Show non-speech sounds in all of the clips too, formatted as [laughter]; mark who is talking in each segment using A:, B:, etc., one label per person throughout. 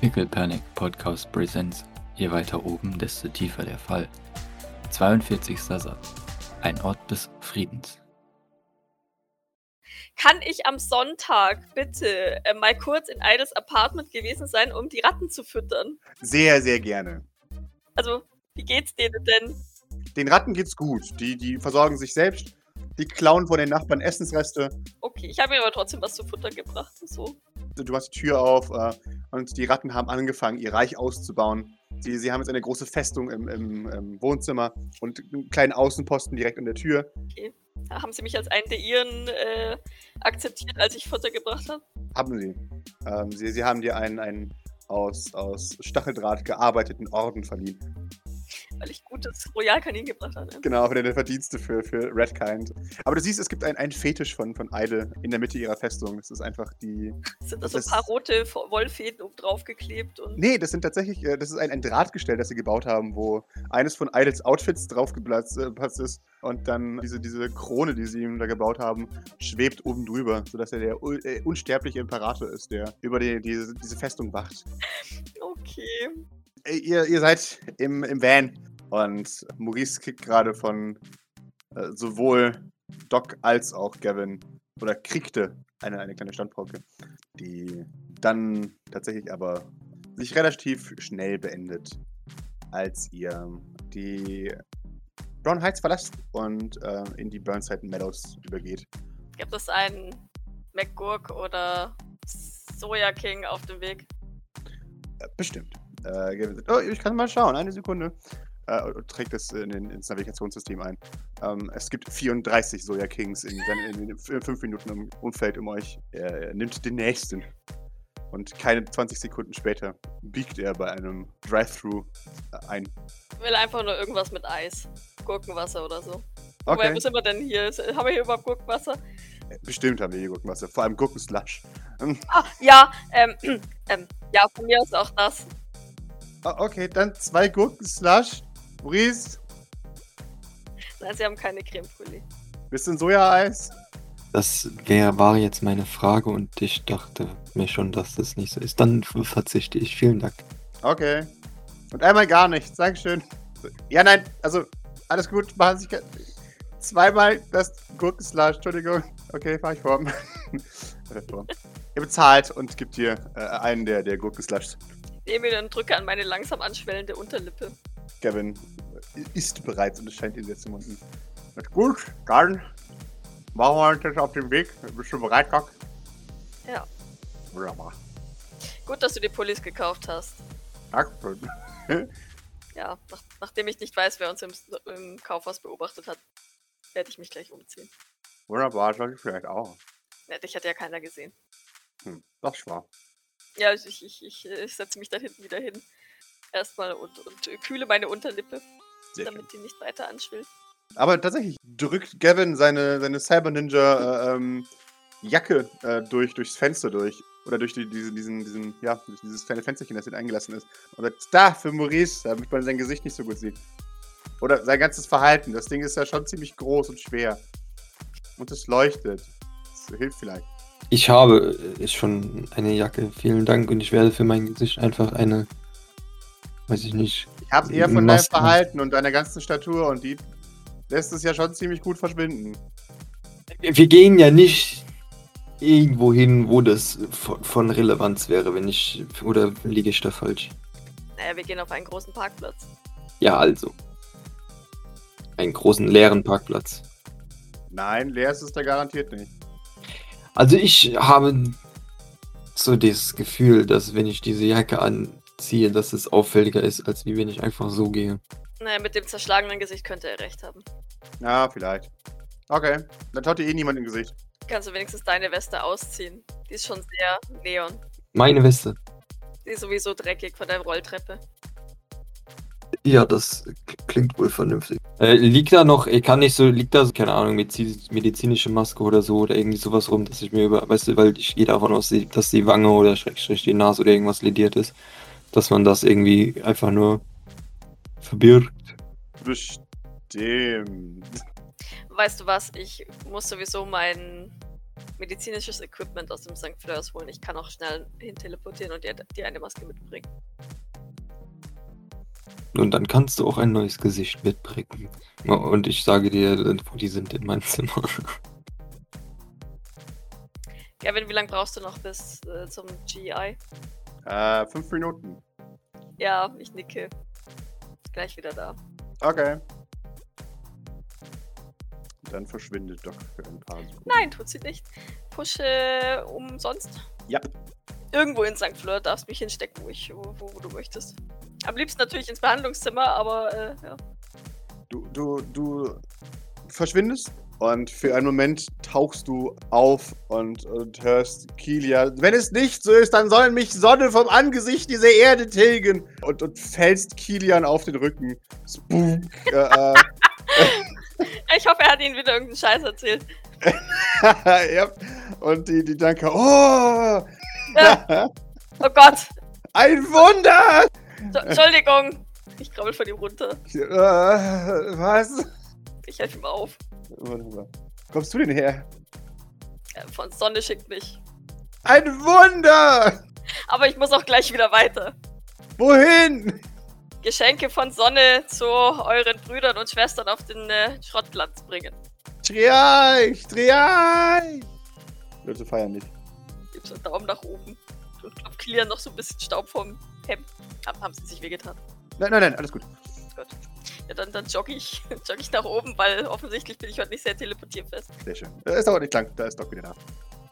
A: Pickle Panic Podcast Presents Je weiter oben, desto tiefer der Fall. 42. Satz. Ein Ort des Friedens.
B: Kann ich am Sonntag bitte äh, mal kurz in Idols Apartment gewesen sein, um die Ratten zu füttern?
C: Sehr, sehr gerne.
B: Also, wie geht's denen denn?
C: Den Ratten geht's gut. Die, die versorgen sich selbst. Die klauen von den Nachbarn Essensreste.
B: Okay, ich habe mir aber trotzdem was zu Futter gebracht. So.
C: Du machst die Tür auf äh, und die Ratten haben angefangen, ihr Reich auszubauen. Sie, sie haben jetzt eine große Festung im, im, im Wohnzimmer und einen kleinen Außenposten direkt an der Tür.
B: Da haben sie mich als einen der ihren äh, akzeptiert, als ich Futter gebracht habe?
C: Haben sie. Ähm, sie, sie haben dir einen, einen aus, aus Stacheldraht gearbeiteten Orden verliehen.
B: Weil ich gutes Royalkanin gebracht habe.
C: Genau, für deine Verdienste für, für Redkind. Aber du siehst, es gibt einen, einen Fetisch von, von Idle in der Mitte ihrer Festung. Das ist einfach die.
B: Sind da so ein
C: Das-
B: paar rote Fo- Wollfäden oben drauf geklebt und
C: Nee, das sind tatsächlich, äh, das ist ein, ein Drahtgestell, das sie gebaut haben, wo eines von Idles Outfits draufgeplatzt äh, geplatzt ist und dann diese, diese Krone, die sie ihm da gebaut haben, schwebt oben drüber, sodass er der u- äh, unsterbliche Imperator ist, der über die, diese, diese Festung wacht.
B: okay.
C: Äh, ihr, ihr seid im, im Van und Maurice kickt gerade von äh, sowohl Doc als auch Gavin oder kriegte eine, eine kleine Standpauke, die dann tatsächlich aber sich relativ schnell beendet, als ihr die Brown Heights verlasst und äh, in die Burnside Meadows übergeht.
B: Gibt es einen McGurk oder Soja King auf dem Weg?
C: Äh, Bestimmt. Äh, Gavin sagt, oh, ich kann mal schauen, eine Sekunde. Äh, und trägt es in, den- ins Navigationssystem ein. Ähm, es gibt 34 Soja Kings in, in, in, in 5 Minuten im Umfeld um euch. Er, er nimmt den nächsten. Und keine 20 Sekunden später biegt er bei einem Drive-Thru äh, ein.
B: Ich will einfach nur irgendwas mit Eis. Gurkenwasser oder so. Aber
C: Okay,
B: wo sind wir denn hier? Ist- Haben wir hier überhaupt Gurkenwasser?
C: bestimmt haben wir hier Gurkenwasser. Vor allem Gurkenslush.
B: Ah, ja, ähm, [clears throat] ähm, ja, von mir aus auch das.
C: Ah, okay, dann zwei Gurkenslush. Maurice,
B: Nein, sie haben keine Creme Brûlée.
C: bisschen Sojaeis.
A: Das wär, war jetzt meine Frage und ich dachte mir schon, dass das nicht so ist. Dann f- verzichte ich. Vielen Dank.
C: Okay. Und einmal gar nichts. Dankeschön. Ja, nein, also alles gut. Machen Sie ke- zweimal das Gurkenslash. Entschuldigung. Okay, fahr ich vor. [laughs] Ihr bezahlt und gibt dir äh, einen der, der Gurkenslash.
B: Ich nehme ihn und drücke an meine langsam anschwellende Unterlippe.
C: Gavin ist äh, bereits und es scheint ihn jetzt zu munden. Sagt, Gut, dann machen wir uns jetzt auf den Weg. Bist du bereit, Doc?
B: Ja.
C: Wunderbar.
B: Gut, dass du die Pullis gekauft hast.
C: Dankeschön.
B: Ja, nach, nachdem ich nicht weiß, wer uns im, im Kaufhaus beobachtet hat, werde ich mich gleich umziehen.
C: Wunderbar, soll ich vielleicht auch.
B: Ja, dich hat ja keiner gesehen.
C: Hm, das war.
B: Ja, ich, ich, ich, ich, äh, setze mich dann hinten wieder hin. Erstmal und, und äh, kühle meine Unterlippe,
C: Sehr schön.
B: damit die nicht weiter anschwillt.
C: Aber tatsächlich drückt Gavin seine, seine Cyber Ninja äh, ähm, Jacke äh, durch, durchs Fenster durch. Oder durch die, diesen, diesen, diesen, ja, durch dieses kleine Fensterchen, das hinten eingelassen ist. Und sagt, da, für Maurice, damit man sein Gesicht nicht so gut sieht. Oder sein ganzes Verhalten. Das Ding ist ja schon ziemlich groß und schwer. Und es leuchtet. Das hilft vielleicht.
A: Ich habe äh, schon eine Jacke. Vielen Dank und ich werde für mein Gesicht einfach eine, weiß ich nicht,
C: Ich habe eher von deinem
A: Maske.
C: Verhalten und deiner ganzen Statur und die lässt es ja schon ziemlich gut verschwinden.
A: Wir gehen ja nicht irgendwo hin, wo das von, von Relevanz wäre, wenn ich. Oder liege ich da falsch?
B: Naja, wir gehen auf einen großen Parkplatz.
A: Ja, also. Einen großen leeren Parkplatz.
C: Nein, leer ist es da garantiert nicht.
A: Also ich habe so das Gefühl, dass wenn ich diese Jacke anziehe, dass es auffälliger ist, als wie wenn ich einfach so gehe.
B: Naja, mit dem zerschlagenen Gesicht könnte er recht haben.
C: Na, vielleicht. Okay, dann schaut dir eh niemand im Gesicht.
B: Kannst du wenigstens deine Weste ausziehen? Die ist schon sehr neon.
A: Meine Weste.
B: Die ist sowieso dreckig von der Rolltreppe.
A: Ja, das klingt wohl vernünftig. Äh, liegt da noch, ich kann nicht so, liegt da, so, keine Ahnung, Medizi- medizinische Maske oder so oder irgendwie sowas rum, dass ich mir über, weißt du, weil ich gehe davon aus, die- dass die Wange oder Schrägstrich die Nase oder irgendwas lediert ist, dass man das irgendwie einfach nur verbirgt.
C: Bestimmt.
B: Weißt du was? Ich muss sowieso meinen medizinisches Equipment aus dem St. Fleurs holen. Ich kann auch schnell hin teleportieren und dir, dir eine Maske mitbringen.
A: Und dann kannst du auch ein neues Gesicht mitbringen. Oh, Und ich sage dir, wo die sind in meinem Zimmer. [laughs]
B: Gavin, wie lange brauchst du noch bis äh, zum GI?
C: Äh, fünf Minuten.
B: Ja, ich nicke. Gleich wieder da.
C: Okay. Dann verschwindet Doc für ein paar Sekunden.
B: Nein, tut sie nicht. Pushe umsonst.
C: Ja.
B: Irgendwo in St. Fleur darfst mich hinstecken, wo, ich, wo, wo du möchtest. Am liebsten natürlich ins Behandlungszimmer, aber äh, ja.
C: Du, du, du verschwindest und für einen Moment tauchst du auf und, und hörst Kilia. Wenn es nicht so ist, dann sollen mich Sonne vom Angesicht dieser Erde tilgen. Und, und fällst Kilian auf den Rücken. Spook. äh, äh,
B: Ich hoffe, er hat ihnen wieder irgendeinen Scheiß erzählt.
C: [laughs] ja. Und die, die Danke. Oh!
B: Ja. Oh Gott,
C: Ein Wunder!
B: so, Entschuldigung. Ich krabbel von ihm runter.
C: Äh, was?
B: Ich helfe ihm auf.
C: Wunderbar. Kommst du denn her?
B: Äh, Von Sonne schickt mich.
C: Ein Wunder!
B: Aber ich muss auch gleich wieder weiter.
C: Wohin?
B: Geschenke von Sonne zu euren Brüdern und Schwestern auf den äh, Schrottplatz bringen.
C: Triarch! Triarch! Leute feiern nicht.
B: Gibt's einen Daumen nach oben. Und glaub, Kilian noch so ein bisschen Staub vom Hemd. Haben, haben sie sich wehgetan.
C: Nein, nein, nein, alles gut.
B: Ja, dann, dann jogge ich. [laughs] jogge ich nach oben, weil offensichtlich bin ich heute nicht sehr teleportierfest.
C: Sehr schön. Äh, Es dauert nicht lang, da ist Doc wieder da.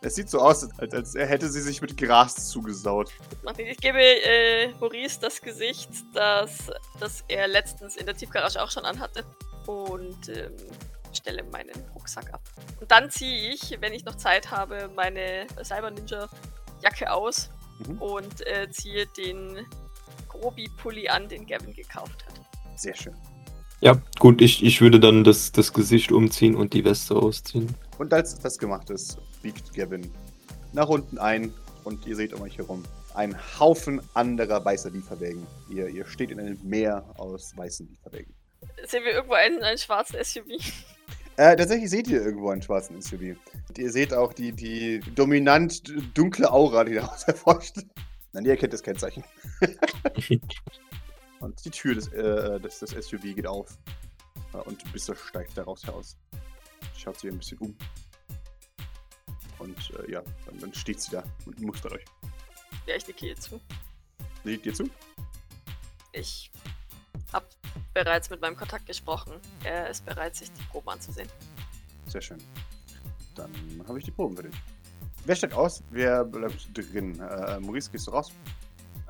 C: Es sieht so aus, als, als hätte sie sich mit Gras zugesaut.
B: Macht nichts. Ich gebe äh, Maurice das Gesicht, das, das er letztens in der Tiefgarage auch schon anhatte. Und ähm, stelle meinen Rucksack ab. Und dann ziehe ich, wenn ich noch Zeit habe, meine Cyber Ninja Jacke aus
C: Mhm.
B: und äh, ziehe den Grobi-Pulli an, den Gavin gekauft hat.
C: Sehr schön.
A: Ja, gut, ich, ich würde dann das, das Gesicht umziehen und die Weste ausziehen.
C: Und als das gemacht ist, biegt Gavin nach unten ein und ihr seht um euch herum einen Haufen anderer weißer Lieferwägen. Ihr, ihr steht in einem Meer aus weißen Lieferwägen.
B: Sehen wir irgendwo einen, einen schwarzen SUV?
C: Äh, tatsächlich seht ihr irgendwo einen schwarzen SUV. Und ihr seht auch die, die dominant d- dunkle Aura, [laughs] die daraus erforscht. Nein, ihr erkennt das Kennzeichen. und die Tür des, äh, des, des SUV geht auf. Äh, Und Bisser steigt daraus heraus. Schaut sie ein bisschen um. Und äh, ja, dann, dann steht sie da und mustert euch.
B: [laughs] Ja, ich nicke ihr zu.
C: Seht ihr zu?
B: Ich habe bereits mit meinem Kontakt gesprochen. Er ist bereit, sich die Proben anzusehen.
C: Sehr schön. Dann habe ich die Proben für dich. Wer steigt aus? Wer bleibt drin? Äh, Maurice, gehst du raus?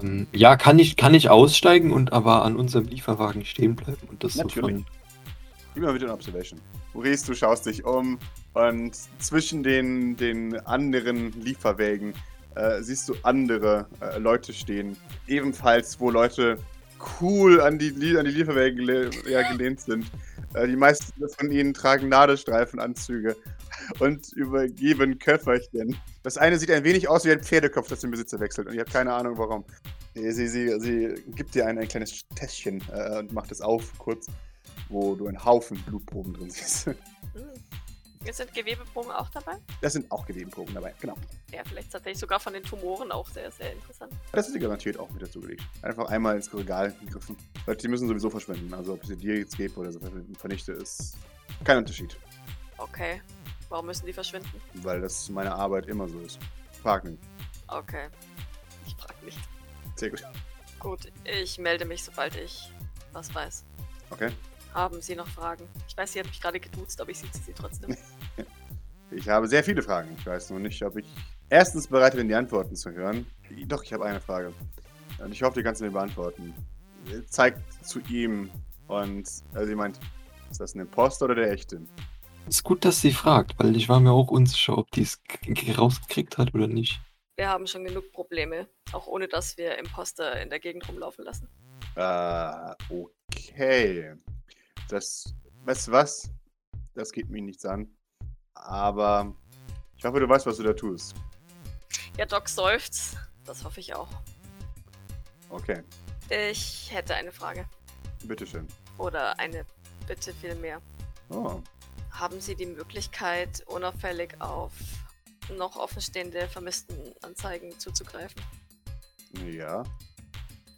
A: Ähm, ja, kann ich, kann ich aussteigen und aber an unserem Lieferwagen stehen bleiben und das
C: Natürlich. Immer mit den Observation. Maurice, du schaust dich um und zwischen den, den anderen Lieferwägen äh, siehst du andere äh, Leute stehen. Ebenfalls, wo Leute cool an die, Lie- an die Lieferwägen gele ja, gelehnt sind. Äh, die meisten von ihnen tragen Nadelstreifenanzüge und übergeben Köfferchen. Das eine sieht ein wenig aus wie ein Pferdekopf, das den Besitzer wechselt und ich habe keine Ahnung warum. Sie, sie, sie, sie gibt dir ein, ein kleines Täschchen äh, und macht es auf kurz wo du einen Haufen Blutproben drin siehst. [laughs]
B: Hm. Jetzt sind Gewebeproben auch dabei?
C: Das sind auch Gewebenproben dabei, genau.
B: Ja, vielleicht tatsächlich sogar von den Tumoren auch sehr, sehr interessant.
C: Das ist dir garantiert auch mit dazugelegt. Einfach einmal ins Regal gegriffen. Leute, die müssen sowieso verschwinden. Also ob ich sie dir jetzt gebe oder so vernichte, ist kein Unterschied.
B: Okay. Warum müssen die verschwinden?
C: Weil das meine Arbeit immer so ist. Frag nicht.
B: Okay. Ich frage nicht.
C: Sehr gut.
B: Gut, ich melde mich, sobald ich was weiß.
C: Okay.
B: Haben Sie noch Fragen? Ich weiß, sie hat mich gerade geduzt, aber ich sitze sie [laughs] trotzdem.
C: Ich habe sehr viele Fragen. Ich weiß nur nicht, ob ich erstens bereit bin, die Antworten zu hören. Doch, ich habe eine Frage. Und ich hoffe, die kannst du mir beantworten. Er Zeigt zu ihm und also sie meint, ist das ein Imposter oder der echte?
A: Ist gut, dass sie fragt, weil ich war mir auch unsicher, ob die es k- k- rausgekriegt hat oder nicht.
B: Wir haben schon genug Probleme, auch ohne dass wir Imposter in der Gegend rumlaufen lassen.
C: Äh, okay. Das, weißt du was? Das geht mich nichts an. Aber ich hoffe, du weißt, was du da tust.
B: Ja, Doc seufzt. Das hoffe ich auch.
C: Okay,
B: Ich hätte eine Frage.
C: bitteschön.
B: Oder eine Bitte vielmehr.
C: Oh,
B: Haben Sie die Möglichkeit, unauffällig auf noch offenstehende Vermisstenanzeigen zuzugreifen.
C: Ja.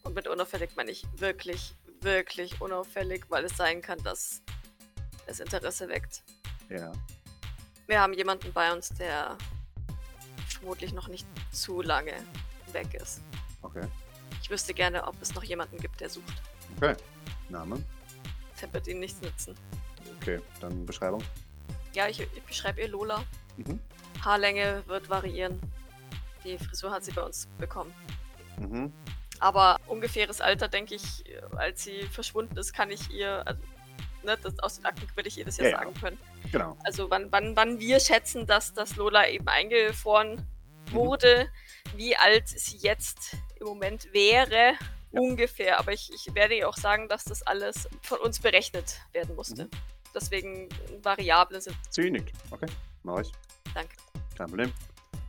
B: Und mit unauffällig meine ich wirklich, wirklich unauffällig, weil es sein kann, dass es Interesse weckt.
C: Ja.
B: Wir haben jemanden bei uns, der vermutlich noch nicht zu lange weg ist.
C: Okay.
B: Ich wüsste gerne, ob es noch jemanden gibt, der sucht.
C: Okay. Name.
B: Der wird ihnen nichts nützen.
C: Okay. Dann Beschreibung.
B: Ja, ich, ich beschreibe ihr Lola.
C: Mhm.
B: Haarlänge wird variieren. Die Frisur hat sie bei uns bekommen.
C: Mhm.
B: Aber ungefähres Alter, denke ich, äh, als sie verschwunden ist, kann ich ihr, also, ne, das, aus den Akten würde ich ihr das ja,
C: Ja, ja.
B: sagen können.
C: Genau.
B: Also wann, wann, wann wir schätzen, dass, dass Lola eben eingefroren
C: Mhm.
B: wurde, wie alt sie jetzt im Moment wäre,
C: Ja.
B: ungefähr. Aber ich, ich werde ihr auch sagen, dass das alles von uns berechnet werden musste.
C: Mhm.
B: Deswegen Variablen sind.
C: Sie nickt. Okay. Mach ich.
B: Danke.
C: Kein Problem.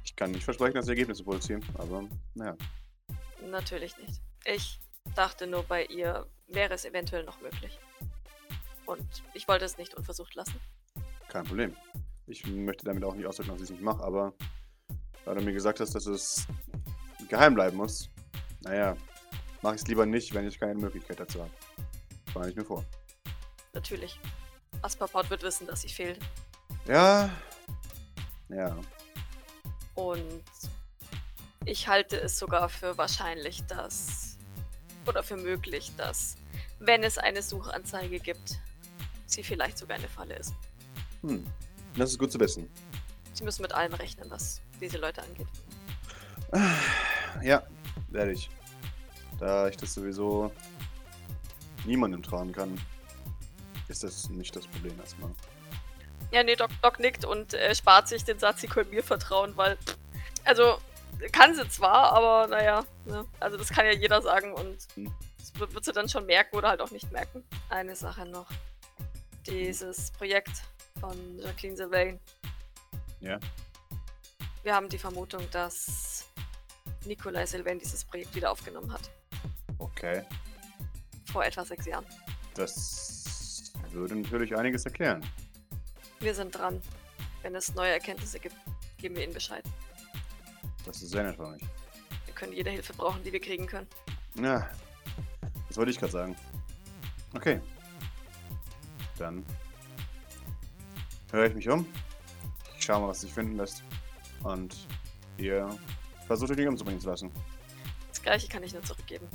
C: Ich kann nicht versprechen, dass ich Ergebnisse produzieren, aber naja.
B: Natürlich nicht. Ich dachte nur, bei ihr wäre es eventuell noch möglich. Und ich wollte es nicht unversucht lassen.
C: Kein Problem. Ich möchte damit auch nicht ausdrücken, dass ich es nicht mache, aber weil du mir gesagt hast, dass es geheim bleiben muss, naja, mache ich es lieber nicht, wenn ich keine Möglichkeit dazu habe. War ich mir vor.
B: Natürlich. Aspaport wird wissen, dass sie fehlt.
C: Ja. Ja.
B: Und ich halte es sogar für wahrscheinlich, dass oder für möglich, dass wenn es eine Suchanzeige gibt, sie vielleicht sogar eine Falle ist.
C: Hm. Das ist gut zu wissen.
B: Sie müssen mit allem rechnen, was diese Leute angeht.
C: Ja, werde ich. Da ich das sowieso niemandem trauen kann, ist das nicht das Problem erstmal.
B: Ja, nee, Doc, Doc nickt und äh, spart sich den Satz, sie können mir vertrauen, weil, pff, also, kann sie zwar, aber naja, ne? also das kann ja jeder sagen und
C: Hm.
B: das wird, wird sie dann schon merken oder halt auch nicht merken. Eine Sache noch. Dieses Projekt von Jacqueline Sylvain.
C: Ja.
B: Wir haben die Vermutung, dass Nikolai Sylvain dieses Projekt wieder aufgenommen hat.
C: Okay.
B: Vor etwa sechs Jahren.
C: Das würde natürlich einiges erklären.
B: Wir sind dran. Wenn es neue Erkenntnisse gibt, geben wir Ihnen Bescheid.
C: Das ist sehr nett von euch.
B: Wir können jede Hilfe brauchen, die wir kriegen können.
C: Ja, das wollte ich gerade sagen. Okay. Dann höre ich mich um. Ich schaue mal, was sich finden lässt. Und ihr versucht euch nicht umzubringen zu lassen.
B: Das gleiche kann ich nur zurückgeben.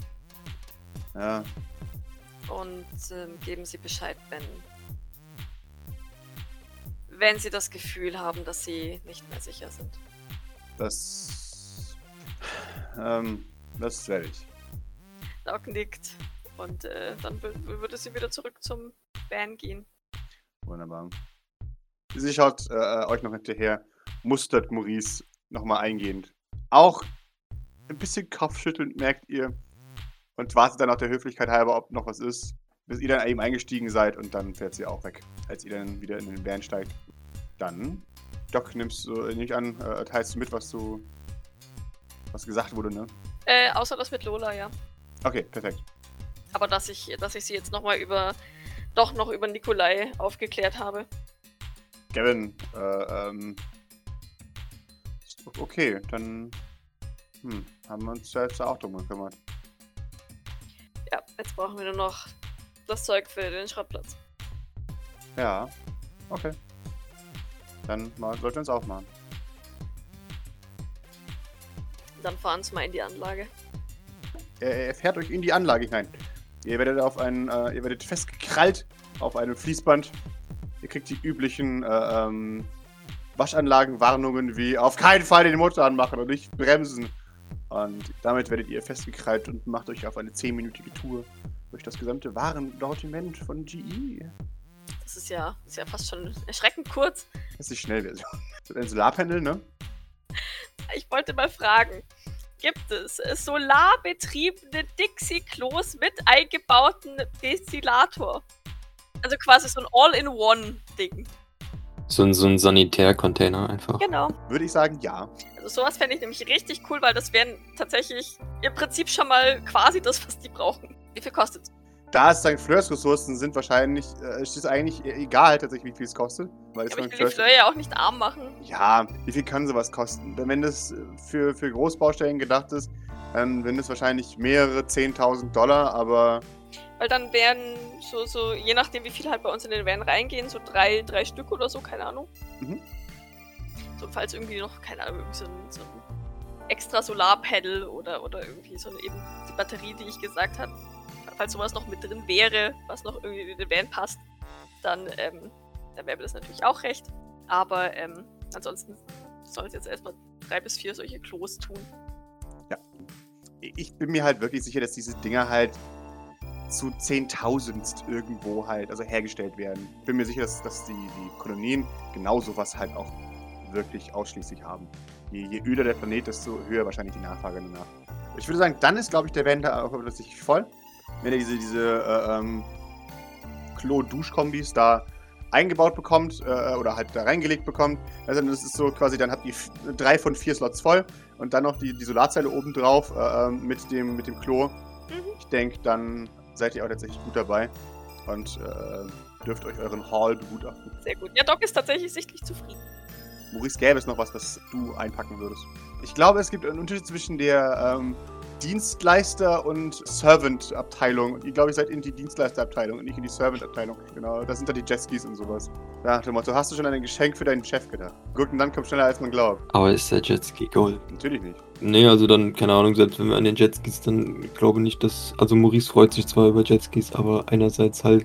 C: Ja,
B: Und ähm, geben Sie Bescheid, wenn. Wenn Sie das Gefühl haben, dass Sie nicht mehr sicher sind.
C: das. Ähm, das werde ich.
B: Doc nickt. Und äh, dann wü- wü- würde sie wieder zurück zum Van gehen.
C: Wunderbar. Sie schaut äh, euch noch hinterher, mustert Maurice nochmal eingehend. Auch ein bisschen kopfschüttelnd merkt ihr und wartet dann auch der Höflichkeit halber, ob noch was ist, bis ihr dann eben eingestiegen seid und dann fährt sie auch weg, als ihr dann wieder in den Van steigt. Dann, Doc, nimmst du, äh, nehme ich an, äh, teilst du mit, was du, was gesagt wurde, ne?
B: Äh, außer das mit Lola, ja.
C: Okay, perfekt.
B: Aber dass ich, dass ich sie jetzt nochmal über. Doch noch über Nikolai aufgeklärt habe.
C: Gavin, äh, ähm, ist o- okay, dann hm, haben wir uns ja jetzt auch drum gekümmert.
B: Ja, jetzt brauchen wir nur noch das Zeug für den Schrottplatz.
C: Ja, okay. Dann mal, sollten wir uns aufmachen.
B: Dann fahren Sie mal in die Anlage.
C: Er, Äh, er fährt euch in die Anlage hinein. Ihr werdet auf einen, äh, ihr werdet festgekrallt auf einem Fließband. Ihr kriegt die üblichen äh, ähm, Waschanlagenwarnungen wie auf keinen Fall den Motor anmachen und nicht bremsen. Und damit werdet ihr festgekrallt und macht euch auf eine 10-minütige Tour durch das gesamte Warensortiment von E. GE.
B: Das ist ja, ist ja fast schon erschreckend kurz.
C: Das ist die Schnellversion. Das ist ein Solarpanel, ne?
B: Ich wollte mal fragen, gibt es solarbetriebene Dixie-Klos mit eingebauten Destillator? Also quasi so ein All-in-One-Ding.
A: So ein, so ein Sanitärcontainer einfach.
B: Genau.
C: Würde ich sagen, ja.
B: Also sowas fände ich nämlich richtig cool, weil das wären tatsächlich im Prinzip schon mal quasi das, was die brauchen. Wie viel kostet
C: da es dann Fleurs Ressourcen sind, wahrscheinlich äh, ist es eigentlich e- egal tatsächlich, wie viel es kostet. Weil es
B: Aber ich will
C: von
B: die
C: Fleurs-
B: Fleur ja auch nicht arm machen.
C: ja, wie viel kann sowas kosten? Denn Wenn das äh, für, für Großbaustellen gedacht ist, dann sind es wahrscheinlich mehrere 10.000 Dollar, aber
B: Weil dann wären so, so, je nachdem wie viel halt bei uns in den Van reingehen, so drei, drei Stück oder so, keine Ahnung.
C: Mhm.
B: So, falls irgendwie noch, keine Ahnung, irgend so ein, so ein extra Solarpanel oder, oder irgendwie so eine, eben die Batterie, die ich gesagt habe. Falls sowas noch mit drin wäre, was noch irgendwie in den Van passt, dann, ähm, dann wäre mir das natürlich auch recht. Aber ähm, ansonsten soll es jetzt erstmal drei bis vier solche Klos tun.
C: ich bin mir halt wirklich sicher, dass diese Dinger halt zu Zehntausendst irgendwo halt, also hergestellt werden. Ich bin mir sicher, dass, dass die, die Kolonien genau sowas halt auch wirklich ausschließlich haben. Je, je öder der Planet, desto höher wahrscheinlich die Nachfrage danach. Ich würde sagen, dann ist, glaube ich, der Van da auch tatsächlich voll. Wenn er diese, diese äh, ähm, Klo-Dusch-Kombis da eingebaut bekommt äh, oder halt da reingelegt bekommt, also das ist so quasi, dann habt ihr f- drei von vier Slots voll und dann noch die, die Solarzelle oben drauf äh, ähm, mit, dem, mit dem Klo. Ich denke, dann seid ihr auch tatsächlich gut dabei und äh, dürft euch euren Hall begutachten.
B: Sehr gut. Ja, Doc ist tatsächlich sichtlich zufrieden.
C: Maurice, gäbe es noch was, was du einpacken würdest? Ich glaube, es gibt einen Unterschied zwischen der ähm, Dienstleister- und Servant-Abteilung. Und Ihr, glaube ich, seid in die Dienstleister-Abteilung und nicht in die Servant-Abteilung. Genau, das sind da die Jetskis und sowas. Nach dem Motto, hast du schon an ein Geschenk für deinen Chef gedacht? Gut, und dann kommt schneller, als man glaubt.
A: Aber ist der Jetski Gold?
C: Natürlich nicht.
A: Nee, also dann, keine Ahnung, selbst wenn wir an den Jetskis, dann ich glaube nicht, dass. Also Maurice freut sich zwar über Jetskis, aber einerseits halt,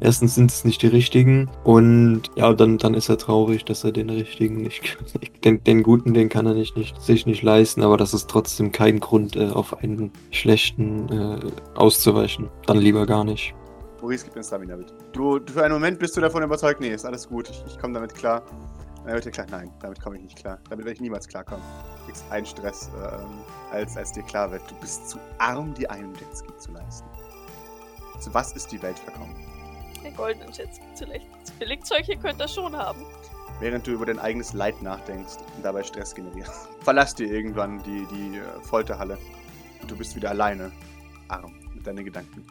A: erstens sind es nicht die richtigen und ja, dann, dann ist er traurig, dass er den richtigen nicht. [laughs] Den, den guten, den kann er nicht, nicht, sich nicht leisten, aber das ist trotzdem kein Grund, äh, auf einen schlechten äh, auszuweichen. Dann lieber gar nicht.
C: Maurice gibt mir Stamina mit. Du, du, für einen Moment bist du davon überzeugt, nee, ist alles gut, ich, ich komme damit klar. Dann wird dir klar, nein, damit komme ich nicht klar. Damit werde ich niemals klarkommen. Du kriegst einen Stress, ähm, als, als dir klar wird, du bist zu arm, dir einen Jetski zu leisten. Zu was ist die Welt verkommen?
B: Den goldenen Jetski zurecht. Das Billigzeug hier könnt ihr schon haben.
C: Während du über dein eigenes Leid nachdenkst und dabei Stress generierst, [laughs] verlasst dir irgendwann die, die äh, Folterhalle. Und du bist wieder alleine, arm, mit deinen Gedanken.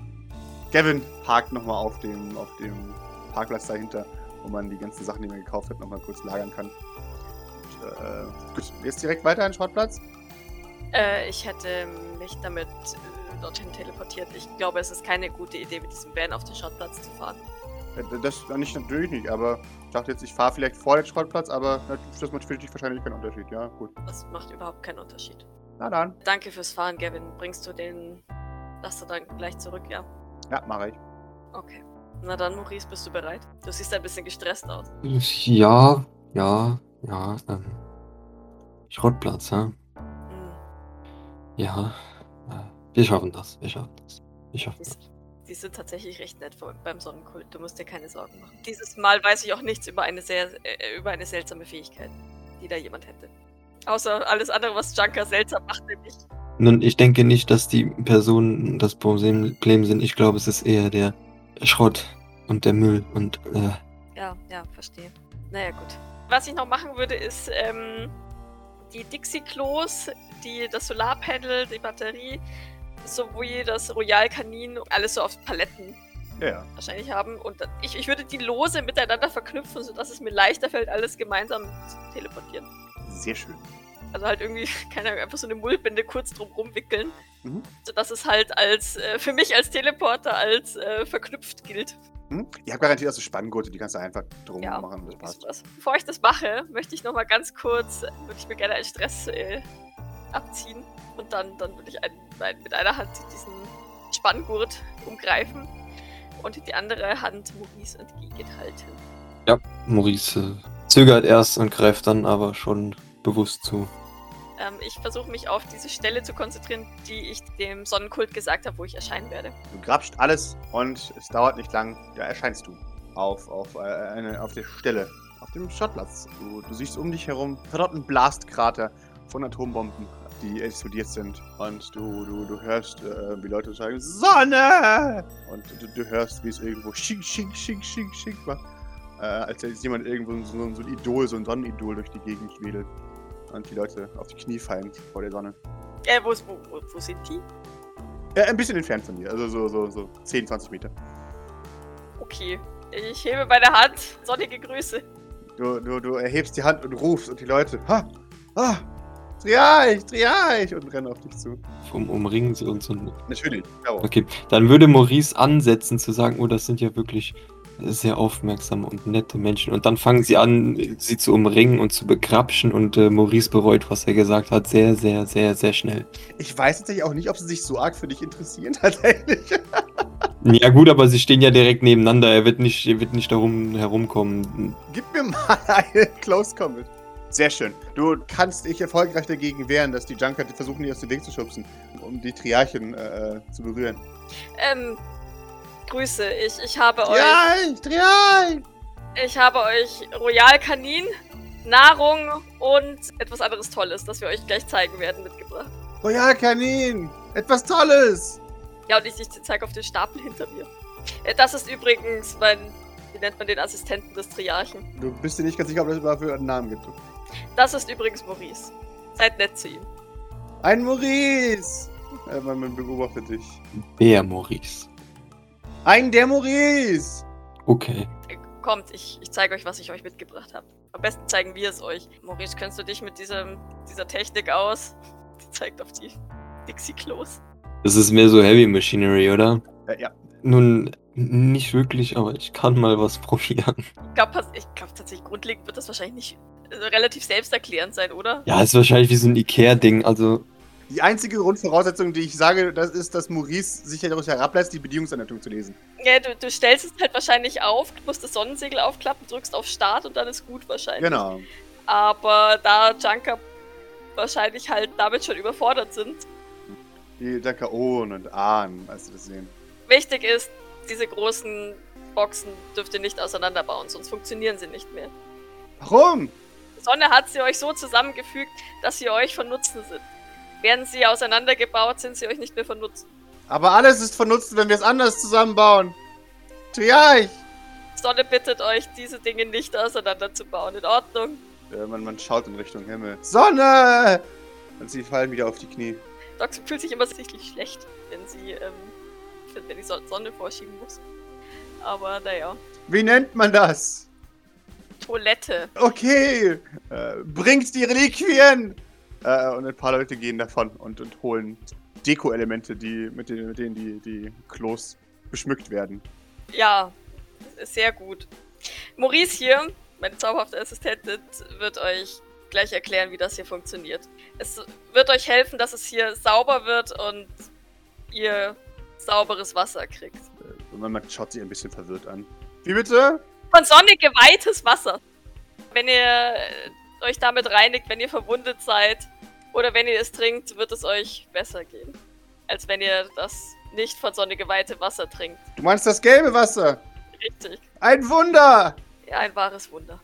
C: Gavin parkt nochmal auf dem, auf dem Parkplatz dahinter, wo man die ganzen Sachen, die man gekauft hat, nochmal kurz lagern kann. Und, äh, gut, jetzt direkt weiter an den Schrottplatz.
B: Äh, ich hätte mich damit äh, dorthin teleportiert. Ich glaube, es ist keine gute Idee, mit diesem Van auf den Schrottplatz zu fahren.
C: Äh, Das kann ich natürlich nicht, aber ich dachte jetzt, ich fahre vielleicht vor den Schrottplatz, aber natürlich- das macht für dich wahrscheinlich keinen Unterschied. Ja, gut.
B: Das macht überhaupt keinen Unterschied.
C: Na dann.
B: Danke fürs Fahren, Gavin. Bringst du den Laster dann gleich zurück, ja?
C: Ja, mache ich.
B: Okay. Na dann, Maurice, bist du bereit? Du siehst ein bisschen gestresst aus.
A: Ja, ja, ja, ähm. Schrottplatz, hä?
B: Hm.
A: Ja. äh, Wir schaffen das, wir schaffen das. Wir schaffen das.
B: Die sind tatsächlich recht nett vor- beim Sonnenkult. Du musst dir keine Sorgen machen. Dieses Mal weiß ich auch nichts über eine, sehr, äh, über eine seltsame Fähigkeit, die da jemand hätte. Außer alles andere, was Junker seltsam macht, nämlich.
A: Nun, ich denke nicht, dass die Personen das Problem Problem sind. Ich glaube, es ist eher der Schrott und der Müll und äh,
B: Ja, ja, verstehe. Naja, gut. Was ich noch machen würde, ist ähm, die Dixie-Klos, die, das Solarpanel, die Batterie, sowie das Royal Kanin, alles so auf Paletten
C: Ja, ja.
B: wahrscheinlich haben. Und dann- ich, ich würde die Lose miteinander verknüpfen, sodass es mir leichter fällt, alles gemeinsam zu teleportieren.
C: Sehr schön.
B: Also halt irgendwie, [laughs] keine Ahnung, einfach so eine Mullbinde kurz drum rumwickeln.
C: Mhm.
B: Sodass es halt als, äh, für mich als Teleporter als äh, verknüpft gilt.
C: Hm? Ich habe garantiert auch so Spanngurte, die kannst du einfach drum
B: Ja,
C: machen. Das
B: irgendwie
C: passt.
B: sowas. Bevor ich das mache, möchte ich nochmal ganz kurz, äh, würde ich mir gerne einen Stress äh, abziehen. Und dann, dann würde ich ein, ein, mit einer Hand diesen Spanngurt umgreifen und die andere Hand Maurice entgegenhalten.
A: Maurice äh, zögert erst und greift dann aber schon bewusst zu.
B: Ähm, ich versuche mich auf diese Stelle zu konzentrieren, die ich dem Sonnenkult gesagt habe, wo ich erscheinen werde.
C: Du grapscht alles und es dauert nicht lang, da erscheinst du auf, auf, äh, eine, auf der Stelle, auf dem Stadtplatz. Du, du siehst um dich herum verdammten Blastkrater von Atombomben, die explodiert sind. Und du, du, du hörst, äh, wie Leute sagen, Sonne! Und du, du hörst, wie es irgendwo schick, schick, schick, schick, schick macht. Äh, als hätte jemand irgendwo so, ein- so ein Idol, so ein Sonnenidol durch die Gegend wedelt. Und die Leute auf die Knie fallen vor der Sonne.
B: Äh, wo, wo, wo, wo sind die?
C: Äh, ein bisschen entfernt von mir, also so, so, so 10, 20 Meter.
B: Okay. Ich hebe meine Hand. Sonnige Grüße.
C: Du, du, du erhebst die Hand und rufst und die Leute, ha, ah, Triarch, Triarch und rennen auf dich zu.
A: Um, umringen sie uns und.
C: Natürlich, jawohl.
A: Okay, dann würde Maurice ansetzen zu sagen, oh, das sind ja wirklich sehr aufmerksame und nette Menschen. Und dann fangen sie an, sie zu umringen und zu begrapschen und äh, Maurice bereut, was er gesagt hat, sehr, sehr, sehr, sehr schnell.
C: Ich weiß tatsächlich auch nicht, ob sie sich so arg für dich interessieren, [laughs] tatsächlich.
A: Ja gut, aber sie stehen ja direkt nebeneinander. Er wird nicht, er wird nicht darum herumkommen.
C: Gib mir mal [laughs] eine Close Comment. Sehr schön. Du kannst dich erfolgreich dagegen wehren, dass die Junker die versuchen, dich aus dem Weg zu schubsen, um die Triarchen äh, zu berühren.
B: Ähm, Grüße. Ich, ich habe
C: Triarch, Triarch!
B: euch. Ich habe euch Royal Kanin, Nahrung und etwas anderes Tolles, das wir euch gleich zeigen werden, mitgebracht.
C: Royal Kanin! Etwas Tolles!
B: Ja, und ich, ich zeige auf den Stapel hinter mir. Äh, Das ist übrigens mein. Wie nennt man den Assistenten des Triarchen?
C: Du bist dir nicht ganz sicher, ob das dafür einen Namen gibt.
B: Das ist übrigens Maurice. Seid nett zu ihm.
C: Ein Maurice! Äh, man, man beobachtet dich.
A: Wer Maurice?
C: Ein der Maurice!
A: Okay.
B: Äh, Kommt, ich, ich zeige euch, was ich euch mitgebracht habe. Am besten zeigen wir es euch. Maurice, kennst du dich mit diesem, dieser Technik aus? [laughs] Die zeigt auf die Dixie-Klos.
A: Das ist mehr so Heavy Machinery, oder?
C: Äh, ja.
A: Nun, nicht wirklich, aber ich kann mal was [laughs] probieren.
B: Ich glaube ich glaub, tatsächlich, grundlegend wird das wahrscheinlich nicht also relativ selbsterklärend sein, oder?
A: Ja, ist wahrscheinlich wie so ein Ikea-Ding. Also,
C: Die einzige Grundvoraussetzung, die ich sage, das ist, dass Maurice sich daraus herablässt, die Bedienungsanleitung zu lesen.
B: Ja, du, du stellst es halt wahrscheinlich auf, du musst das Sonnensegel aufklappen, drückst auf Start und dann ist gut wahrscheinlich.
C: Genau.
B: Aber da Junker wahrscheinlich halt damit schon überfordert sind,
C: Die Dakaon und Ahn, als du das sehen.
B: wichtig ist, diese großen Boxen dürft ihr nicht auseinanderbauen, sonst funktionieren sie nicht mehr.
C: Warum?
B: Die Sonne hat sie euch so zusammengefügt, dass sie euch von Nutzen sind. Werden sie auseinandergebaut, sind sie euch nicht mehr von Nutzen.
C: Aber alles ist von Nutzen, wenn wir es anders zusammenbauen. Triarch!
B: Die Sonne bittet euch, diese Dinge nicht auseinanderzubauen. In Ordnung.
C: Äh, man, man schaut in Richtung Himmel. Sonne! Und sie fallen wieder auf die Knie.
B: Dox fühlt sich immer sichtlich schlecht, wenn sie, ähm, wenn die Son- Sonne vorschieben muss. Aber naja.
C: Wie nennt man das?
B: Toilette.
C: Okay! Äh, bringt die Reliquien! Äh, und ein paar Leute gehen davon und, und holen Deko-Elemente, die, mit, denen- mit denen die, die Klos beschmückt werden.
B: Ja, sehr gut. Maurice hier, meine zauberhafte Assistentin, wird euch gleich erklären, wie das hier funktioniert. Es wird euch helfen, dass es hier sauber wird und ihr sauberes Wasser kriegt.
C: Äh, Und man, man schaut sie ein bisschen verwirrt an. Wie bitte?
B: Von Sonne geweihtes Wasser. Wenn ihr äh, euch damit reinigt, wenn ihr verwundet seid oder wenn ihr es trinkt, wird es euch besser gehen. Als wenn ihr das nicht von Sonne geweihte Wasser trinkt.
C: Du meinst das gelbe Wasser?
B: Richtig.
C: Ein Wunder!
B: Ja, ein wahres Wunder.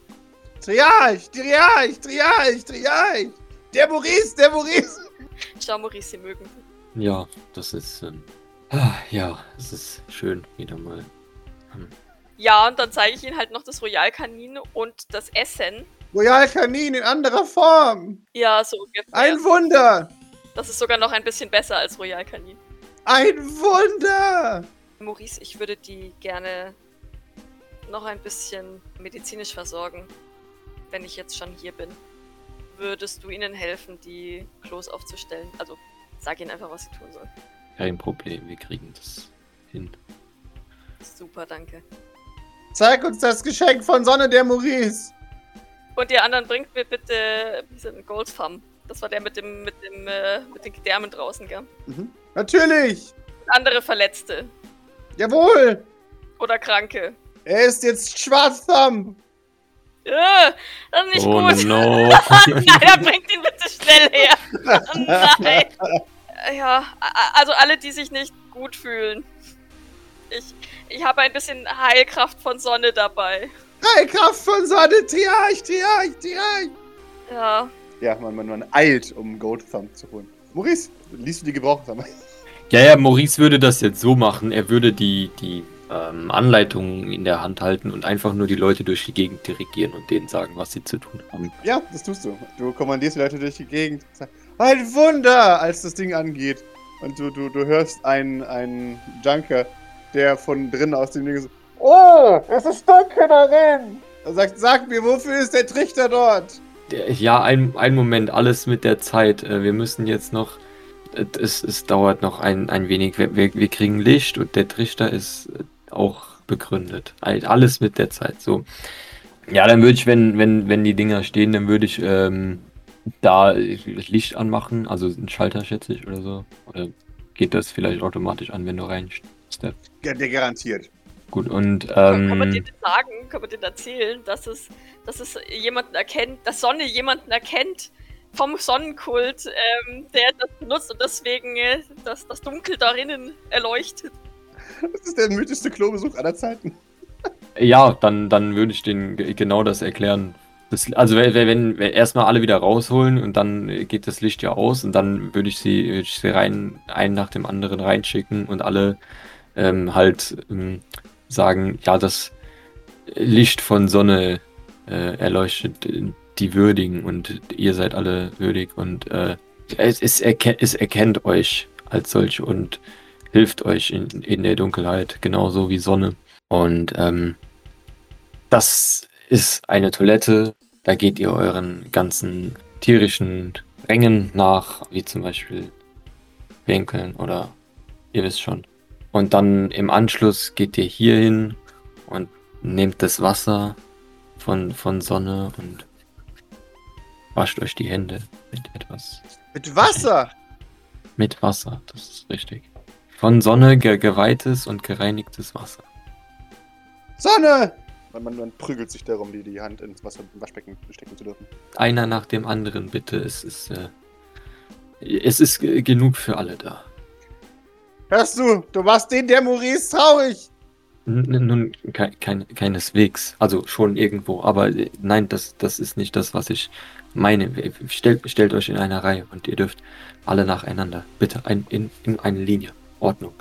C: Triarch, Triarch, Triarch, Triarch! Der Maurice, der Maurice!
B: Schau, Maurice, sie mögen.
A: ja, das ist. Ähm, ah, ja, es ist schön, wieder mal.
B: Ja, und dann zeige ich ihnen halt noch das Royal Kanin und das Essen.
C: Royal Kanin in anderer Form!
B: Ja, so ungefähr.
C: Ein Wunder!
B: das ist sogar noch ein bisschen besser als Royal Kanin.
C: Ein Wunder!
B: Maurice, ich würde die gerne noch ein bisschen medizinisch versorgen, wenn ich jetzt schon hier bin. Würdest du ihnen helfen, die Klos aufzustellen? Also, sag ihnen einfach, was sie tun sollen.
A: Kein Problem, wir kriegen das hin.
B: Super, danke.
C: Zeig uns das Geschenk von Sonne der Maurice!
B: Und ihr anderen bringt mir bitte diesen Goldfarm. Das war der mit dem, mit dem, äh, mit den Gedärmen draußen, gell?
C: Mhm. Natürlich!
B: Und andere Verletzte
C: Jawohl!
B: oder Kranke.
C: Er ist jetzt Schwarzthumb!
B: Äh, das ist nicht
A: oh
B: gut.
A: no!
B: [laughs] Nein, er bringt ihn bitte schnell her. Oh nein. Ja, a- a- also alle, die sich nicht gut fühlen. Ich, ich habe ein bisschen Heilkraft von Sonne dabei.
C: Heilkraft von Sonne, Triarch, Triarch, Triarch!
B: Ja,
C: Ja, man, man, man eilt, um Goldthumb zu holen. Maurice, liest du die Gebrauchsanweisung?
A: Ja, ja, Maurice würde das jetzt so machen. Er würde die, die ähm, Anleitungen in der Hand halten und einfach nur die Leute durch die Gegend dirigieren und denen sagen, was sie zu tun haben.
C: [laughs] Ja, das tust du. Du kommandierst die Leute durch die Gegend. Ein Wunder, als das Ding angeht. Und du, du, du hörst einen, einen Junker, der von drinnen aus dem Ding so, Oh, es ist dunkel darin! Er sagt, sag mir, wofür ist der Trichter dort?
A: Der- Ja, ein, ein Moment, alles mit der Zeit. Äh, Wir müssen jetzt noch. äh, Es, es dauert noch ein, ein wenig. Wir, wir, wir kriegen Licht und der Trichter ist äh, auch begründet. All- Alles mit der Zeit. So. Ja, dann würde ich, wenn, wenn, wenn die Dinger stehen, dann würde ich ähm, da Licht anmachen, also einen Schalter schätze ich oder so. Oder geht das vielleicht automatisch an, wenn du reinsteppst?
C: Ja, der garantiert.
A: Gut, und
B: Kann, kann man
A: ähm,
B: denen sagen, kann man denen erzählen, dass es, dass es jemanden erkennt, dass Sonne jemanden erkennt vom Sonnenkult, ähm, der das benutzt und deswegen äh, das, das Dunkel darinnen erleuchtet.
C: Das ist der mythischste Klobesuch aller Zeiten.
A: ja, dann, dann würde ich denen ge- genau das erklären. Das, also wenn, wenn, wenn wir erstmal alle wieder rausholen und dann äh, geht das Licht ja aus und dann würde ich sie, würde ich sie rein, einen nach dem anderen reinschicken und alle ähm, halt ähm, sagen, ja, das Licht von Sonne äh, erleuchtet äh, die Würdigen und ihr seid alle würdig und äh, es, es, erke es erkennt euch als solch und hilft euch in, in der Dunkelheit, genauso wie Sonne. Und ähm, das ist eine Toilette, da geht ihr euren ganzen tierischen Drängen nach, wie zum Beispiel Winkeln oder ihr wisst schon. Und dann im Anschluss geht ihr hier hin und nehmt das Wasser von, von Sonne und wascht euch die Hände mit etwas
C: Mit Wasser!
A: mit Wasser, das ist richtig. Von Sonne ge geweihtes und gereinigtes Wasser.
C: Sonne! Man, man, man prügelt sich darum, die, die Hand ins Wasser im Waschbecken stecken zu dürfen.
A: Einer nach dem anderen, bitte. Es ist, äh, es ist äh, genug für alle da.
C: Hörst du, du machst den der Maurice traurig!
A: N n- nun, ke kein, keineswegs. Also schon irgendwo. Aber äh, nein, das, das ist nicht das, was ich meine. W- Stellt, stellt euch in einer Reihe und ihr dürft alle nacheinander. Bitte ein, in, in eine Linie. Ordnung.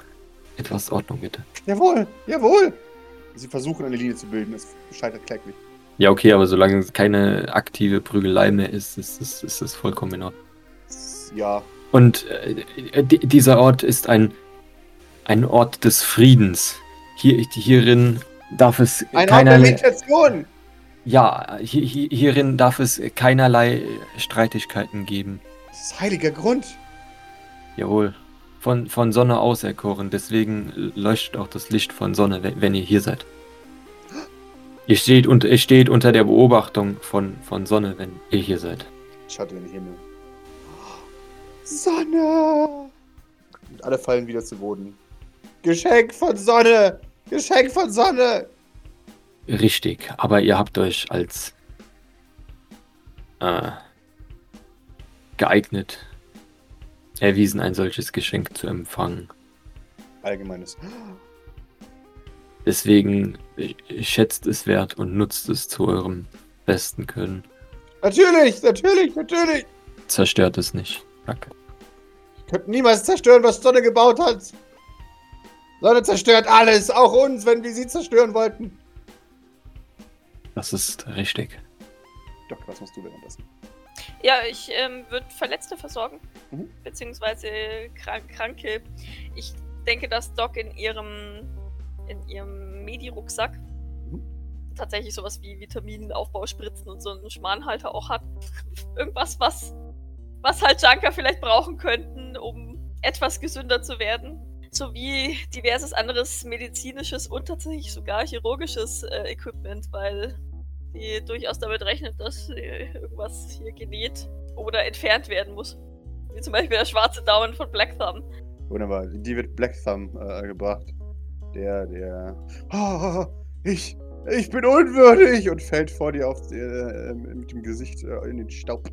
A: Etwas Ordnung, bitte.
C: Jawohl, jawohl! Sie versuchen eine Linie zu bilden, es scheitert kläglich.
A: Ja, okay, aber solange es keine aktive Prügelei mehr ist, ist es ist, es vollkommen in Ordnung.
C: Ja,
A: Und äh, di- dieser Ort ist ein, ein Ort des Friedens. Hier, hierin darf es
C: ein Ort der
A: keinerlei.
C: Meditation!
A: Ja, hier, hier- hierin darf es keinerlei Streitigkeiten geben.
C: Das ist heiliger Grund!
A: Jawohl. Von, von Sonne auserkoren. Deswegen leuchtet auch das Licht von Sonne, wenn, wenn ihr hier seid. Ihr steht, und, ihr steht unter der Beobachtung von, von Sonne, wenn ihr hier seid.
C: Schaut in den Himmel. Sonne! Und alle fallen wieder zu Boden. Geschenk von Sonne! Geschenk von Sonne!
A: Richtig, aber ihr habt euch als äh, geeignet erwiesen, ein solches Geschenk zu empfangen.
C: Allgemeines.
A: Deswegen äh, schätzt es wert und nutzt es zu eurem besten Können.
C: Natürlich, natürlich, natürlich!
A: Zerstört es nicht. Danke.
C: Ihr könnt niemals zerstören, was Sonne gebaut hat! Sonne zerstört alles, auch uns, wenn wir sie zerstören wollten!
A: Das ist richtig.
C: Doc, was musst du währenddessen?
B: Ja, ich ähm, würde Verletzte versorgen,
C: Mhm.
B: beziehungsweise Kran Kranke. Ich denke, dass Doc in ihrem, in ihrem Medi-Rucksack tatsächlich sowas wie Vitaminaufbauspritzen und so einen Schmarrnhalter auch hat. [laughs] Irgendwas, was, was halt Junker vielleicht brauchen könnten, um etwas gesünder zu werden. Sowie diverses anderes medizinisches und tatsächlich sogar chirurgisches äh, Equipment, weil die durchaus damit rechnet, dass äh, irgendwas hier genäht oder entfernt werden muss. Wie zum Beispiel der schwarze Daumen von Black Thumb.
C: Wunderbar, die wird Black Thumb äh, gebracht. Der, der. Ah, ich, ich bin unwürdig! Und fällt vor dir auf, die- äh, mit dem Gesicht äh, in den Staub.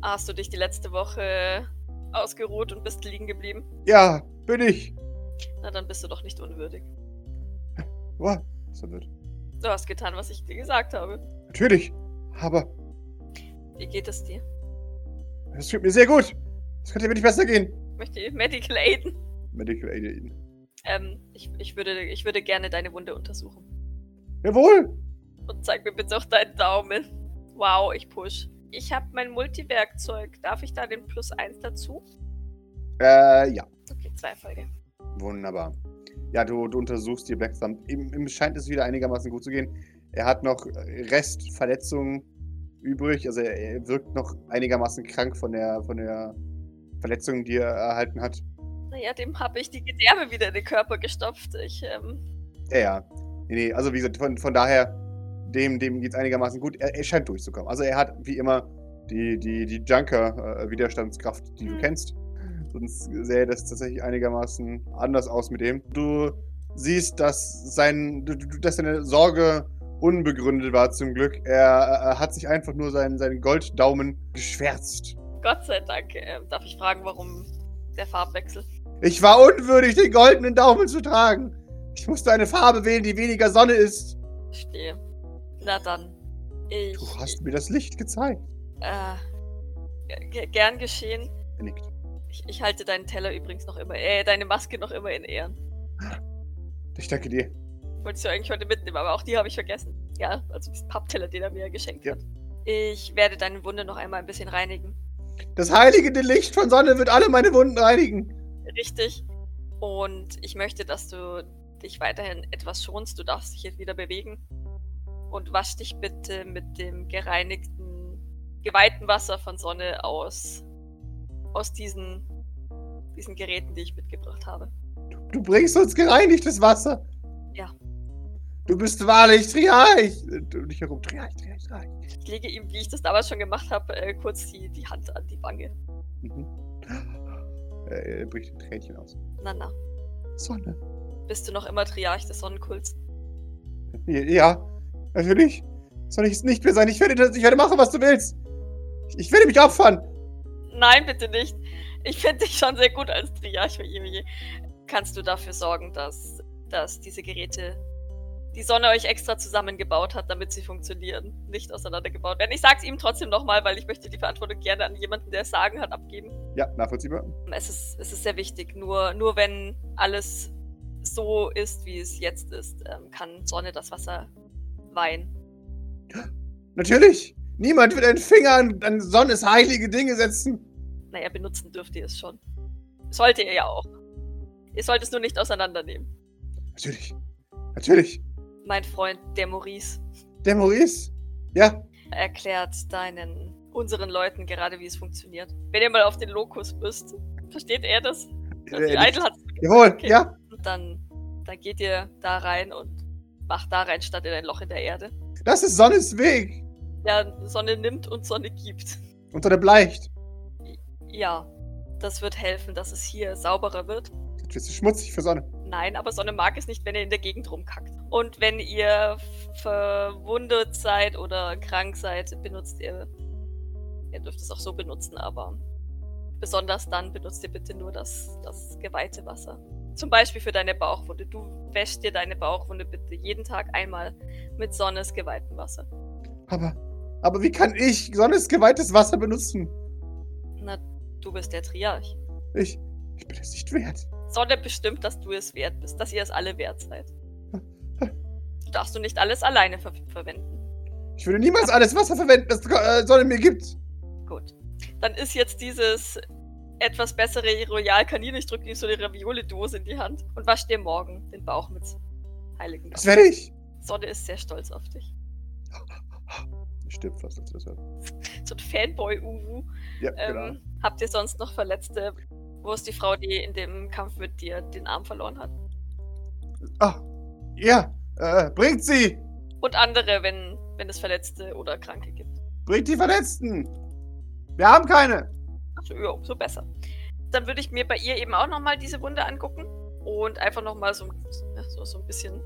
B: Ah, Hast du dich die letzte Woche ausgeruht und bist liegen geblieben?
C: Ja, bin ich.
B: Na, dann bist du doch nicht unwürdig.
C: Wa- So wird.
B: Du hast getan, was ich dir gesagt habe.
C: Natürlich. Aber
B: Wie geht es dir?
C: es tut mir sehr gut. Es könnte mir nicht besser gehen.
B: Möchte ich Medical aiden?
C: Medical Aid ihn.
B: Ähm, ich, ich, würde, ich würde gerne deine Wunde untersuchen.
C: Jawohl.
B: Und zeig mir bitte auch deinen Daumen. Wow, ich push. Ich habe mein Multiwerkzeug. Darf ich da den Plus 1 dazu?
C: Äh, ja.
B: Okay. Zwei Erfolge.
C: Wunderbar. Ja, du, du untersuchst die Black Thumb. Ihm, ihm scheint es wieder einigermaßen gut zu gehen. Er hat noch Restverletzungen übrig. Also er, er wirkt noch einigermaßen krank von der, von der Verletzung, die er erhalten hat.
B: Naja, dem habe ich die Gedärme wieder in den Körper gestopft. Ich, ähm,
C: Ja, ja. Nee, nee, also wie gesagt, von, von daher, dem, dem geht es einigermaßen gut. Er, er scheint durchzukommen. Also er hat wie immer die, die, die Junker-Widerstandskraft, die du
B: Mhm.
C: kennst. Sonst sähe das tatsächlich einigermaßen anders aus mit dem. Du siehst, dass, sein, du- du- dass seine Sorge unbegründet war zum Glück. Er, er hat sich einfach nur seinen, seinen Golddaumen geschwärzt.
B: Gott sei Dank. Ähm, darf ich fragen, warum der Farbwechsel?
C: Ich war unwürdig, den goldenen Daumen zu tragen. Ich musste eine Farbe wählen, die weniger Sonne ist.
B: Stehe. Na dann. Ich.
C: Du hast mir das Licht gezeigt.
B: Äh, ge- gern geschehen.
C: Er nickt.
B: Ich, ich halte deinen Teller übrigens noch immer, äh, deine Maske noch immer in Ehren.
C: Ich danke dir.
B: Wolltest du eigentlich heute mitnehmen, aber auch die habe ich vergessen. Ja, also diesen Pappteller, den er mir geschenkt
C: Ja.
B: hat. Ich werde deine Wunde noch einmal ein bisschen reinigen.
C: Das heiligende Licht von Sonne wird alle meine Wunden reinigen.
B: Richtig. Und ich möchte, dass du dich weiterhin etwas schonst. Du darfst dich jetzt wieder bewegen. Und wasch dich bitte mit dem gereinigten, geweihten Wasser von Sonne aus. Aus diesen, diesen Geräten, die ich mitgebracht habe.
C: Du bringst uns gereinigtes Wasser.
B: Ja.
C: Du bist wahrlich Triarch. Du dich herum. Triarch, Triarch, Triarch.
B: Ich lege ihm, wie ich das damals schon gemacht habe, äh, kurz die, die Hand an die Wange.
C: Mhm. Äh, Er bricht ein Tränchen aus.
B: Na, na.
C: Sonne.
B: Bist du noch immer Triarch des Sonnenkults?
C: Ja, natürlich. Soll ich es nicht mehr sein? Ich werde, das- ich werde machen, was du willst. Ich- Ich werde mich opfern.
B: Nein, bitte nicht. Ich finde dich schon sehr gut als Triarch für Imi. Kannst du dafür sorgen, dass, dass diese Geräte, die Sonne euch extra zusammengebaut hat, damit sie funktionieren, nicht auseinandergebaut werden? Ich sag's ihm trotzdem nochmal, weil ich möchte die Verantwortung gerne an jemanden, der es sagen hat, abgeben.
C: Ja, nachvollziehbar.
B: Es ist, es ist sehr wichtig. Nur, nur wenn alles so ist, wie es jetzt ist, ähm, kann Sonne das Wasser weihen.
C: Natürlich. Niemand wird einen Finger an, an Sonnes heilige Dinge setzen.
B: Naja, benutzen dürft ihr es schon. Sollte ihr ja auch. Ihr sollt es nur nicht auseinandernehmen.
C: Natürlich. Natürlich.
B: Mein Freund, der Maurice,
C: Der Maurice. Ja,
B: erklärt deinen, unseren Leuten gerade, wie es funktioniert. Wenn ihr mal auf den Lokus müsst, versteht er das? Die
C: Äh, nicht-
B: Eitel hat
C: jawohl.
B: Okay.
C: Ja.
B: dann, dann geht ihr da rein und macht da rein, statt in ein Loch in der Erde.
C: Das ist Sonnes Weg.
B: Der Sonne nimmt und Sonne gibt.
C: Und Sonne bleicht.
B: Ja, das wird helfen, dass es hier sauberer wird.
C: Jetzt wirst du schmutzig für Sonne.
B: Nein, aber Sonne mag es nicht, wenn ihr in der Gegend rumkackt. Und wenn ihr f- verwundet seid oder krank seid, benutzt ihr. Ihr dürft es auch so benutzen, aber besonders dann benutzt ihr bitte nur das, das geweihte Wasser. Zum Beispiel für deine Bauchwunde. Du wäschst dir deine Bauchwunde bitte jeden Tag einmal mit Sonnes geweihtem Wasser.
C: Aber, aber wie kann ich Sonnes geweihtes Wasser benutzen?
B: Na, du bist der Triarch.
C: Ich, ich bin es nicht wert.
B: Sonne bestimmt, dass du es wert bist, dass ihr es alle wert seid. Du darfst du nicht alles alleine ver verwenden.
C: Ich würde niemals alles Wasser verwenden, das äh, Sonne mir gibt.
B: Gut. Dann ist jetzt dieses etwas bessere Royal Kanine. Ich drücke ihm so eine Ravioli-Dose in die Hand und wasch dir morgen den Bauch mit Heiligen
C: Das
B: Wasser.
C: werde ich.
B: Sonne ist sehr stolz auf dich.
C: Ich stirb fast, als du das hörst.
B: So ein Fanboy-Uwu.
C: Ja,
B: Ähm,
C: genau.
B: Habt ihr sonst noch Verletzte? Wo ist die Frau, die in dem Kampf mit dir den Arm verloren hat?
C: Ah, ja, äh, bringt sie.
B: Und andere, wenn, wenn es Verletzte oder Kranke gibt.
C: Bringt die Verletzten. Wir haben keine.
B: Also, ja, umso besser. Dann würde ich mir bei ihr eben auch nochmal diese Wunde angucken und einfach nochmal so, so, so ein bisschen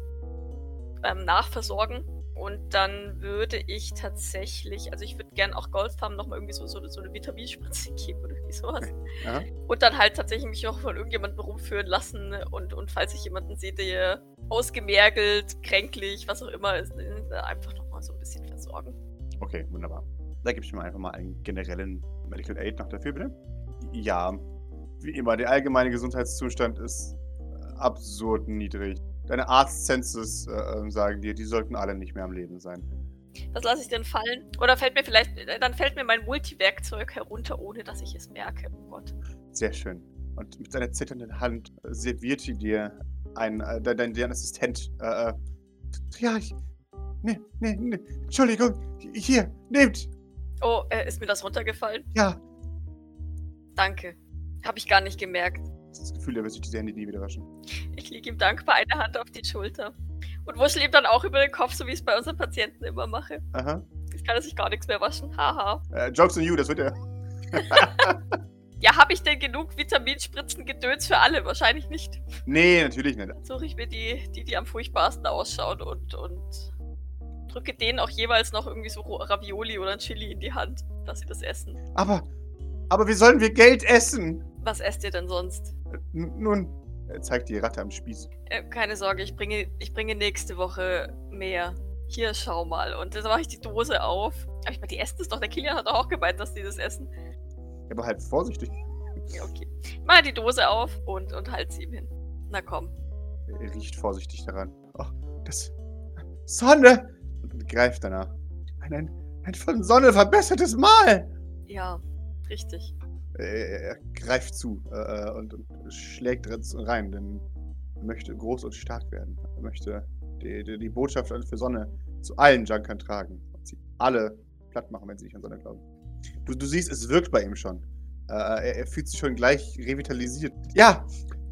B: ähm, nachversorgen. Und dann würde ich tatsächlich, also ich würde gern auch Goldfarm nochmal irgendwie so, so, so eine Vitaminspritze [laughs] geben oder irgendwie sowas.
C: Aha.
B: Und dann halt tatsächlich mich noch von irgendjemandem rumführen lassen. Und, und falls ich jemanden sehe, der ausgemergelt, kränklich, was auch immer ist, äh, einfach nochmal so ein bisschen versorgen.
C: Okay, wunderbar. Da gibst du mir einfach mal einen generellen Medical Aid noch dafür, bitte. Ja, wie immer, der allgemeine Gesundheitszustand ist äh, absurd niedrig. Deine Arzt-Census äh, ähm, sagen dir, die sollten alle nicht mehr am Leben sein.
B: Was lasse ich denn fallen? Oder fällt mir vielleicht, dann fällt mir mein Multiwerkzeug herunter, ohne dass ich es merke. Oh Gott.
C: Sehr schön. Und mit seiner zitternden Hand äh, serviert sie dir ein, äh, dein, dein, dein Assistent. Äh, äh, ja, ich. Nee, nee, nee. Entschuldigung. Hier, nehmt.
B: Oh, äh, ist mir das runtergefallen?
C: Ja.
B: Danke. Hab ich gar nicht gemerkt.
C: Das, ist das Gefühl, er wird sich diese Hände nie wieder waschen.
B: Ich liege ihm dankbar eine Hand auf die Schulter. Und wuschel ihm dann auch über den Kopf, so wie ich es bei unseren Patienten immer mache.
C: Aha.
B: Jetzt kann er sich gar nichts mehr waschen. Haha.
C: Äh, Jokes on you, das wird er.
B: Ja, habe ich denn genug Vitaminspritzen gedöns für alle? Wahrscheinlich nicht.
C: nee, natürlich nicht.
B: Suche ich mir die, die, die am furchtbarsten ausschauen und, und drücke denen auch jeweils noch irgendwie so Ravioli oder ein Chili in die Hand, dass sie das essen.
C: Aber, aber wie sollen wir Geld essen?
B: Was esst ihr denn sonst?
C: N nun, er zeigt die Ratte am Spieß.
B: Äh, keine Sorge, ich bringe, ich bringe nächste Woche mehr. Hier, schau mal. Und dann mache ich die Dose auf. Aber ich meine, die essen das doch. Der Kilian hat doch auch gemeint, dass die das essen.
C: Aber halt vorsichtig.
B: Ja, okay. Mach die Dose auf und, und halt sie ihm hin. Na komm.
C: Er riecht vorsichtig daran. Ach, das. Sonne! Und greift danach. Ein, ein, ein von Sonne verbessertes Mal!
B: Ja, richtig.
C: Er, er Äh, greift zu äh, und, und schlägt ritz- rein, denn er möchte groß und stark werden. Er möchte die, die, die Botschaft für Sonne zu allen Junkern tragen. Und sie alle platt machen, wenn sie nicht an Sonne glauben. Du, du siehst, es wirkt bei ihm schon. Äh, er, er fühlt sich schon gleich revitalisiert. Ja,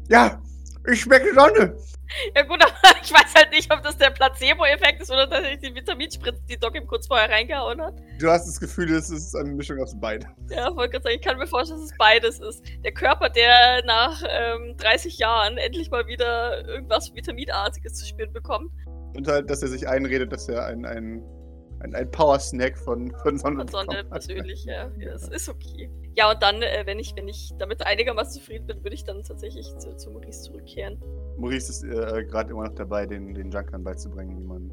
C: ja, ich schmecke Sonne.
B: Ja gut, [laughs] aber ich weiß halt nicht, ob das der Placebo-Effekt ist oder tatsächlich die Vitaminspritzen, die Doc ihm kurz vorher reingehauen hat.
C: Du hast das Gefühl, es ist eine Mischung aus beiden.
B: Ja, wollte gerade sagen, ich kann mir vorstellen, dass es beides ist. Der Körper, der nach ähm, 30 Jahren endlich mal wieder irgendwas Vitaminartiges zu spüren bekommt.
C: Und halt, dass er sich einredet, dass er ein, ein, ein, ein Power-Snack von, von Sonne
B: Von Sonne
C: bekommen hat.
B: persönlich, Also ja.
C: [laughs]
B: ja. Das ist okay. Ja, und dann, äh, wenn ich, wenn ich damit einigermaßen zufrieden bin, würde ich dann tatsächlich zu, zu Maurice zurückkehren.
C: Maurice ist äh, gerade immer noch dabei, den, den Junkern beizubringen, wie man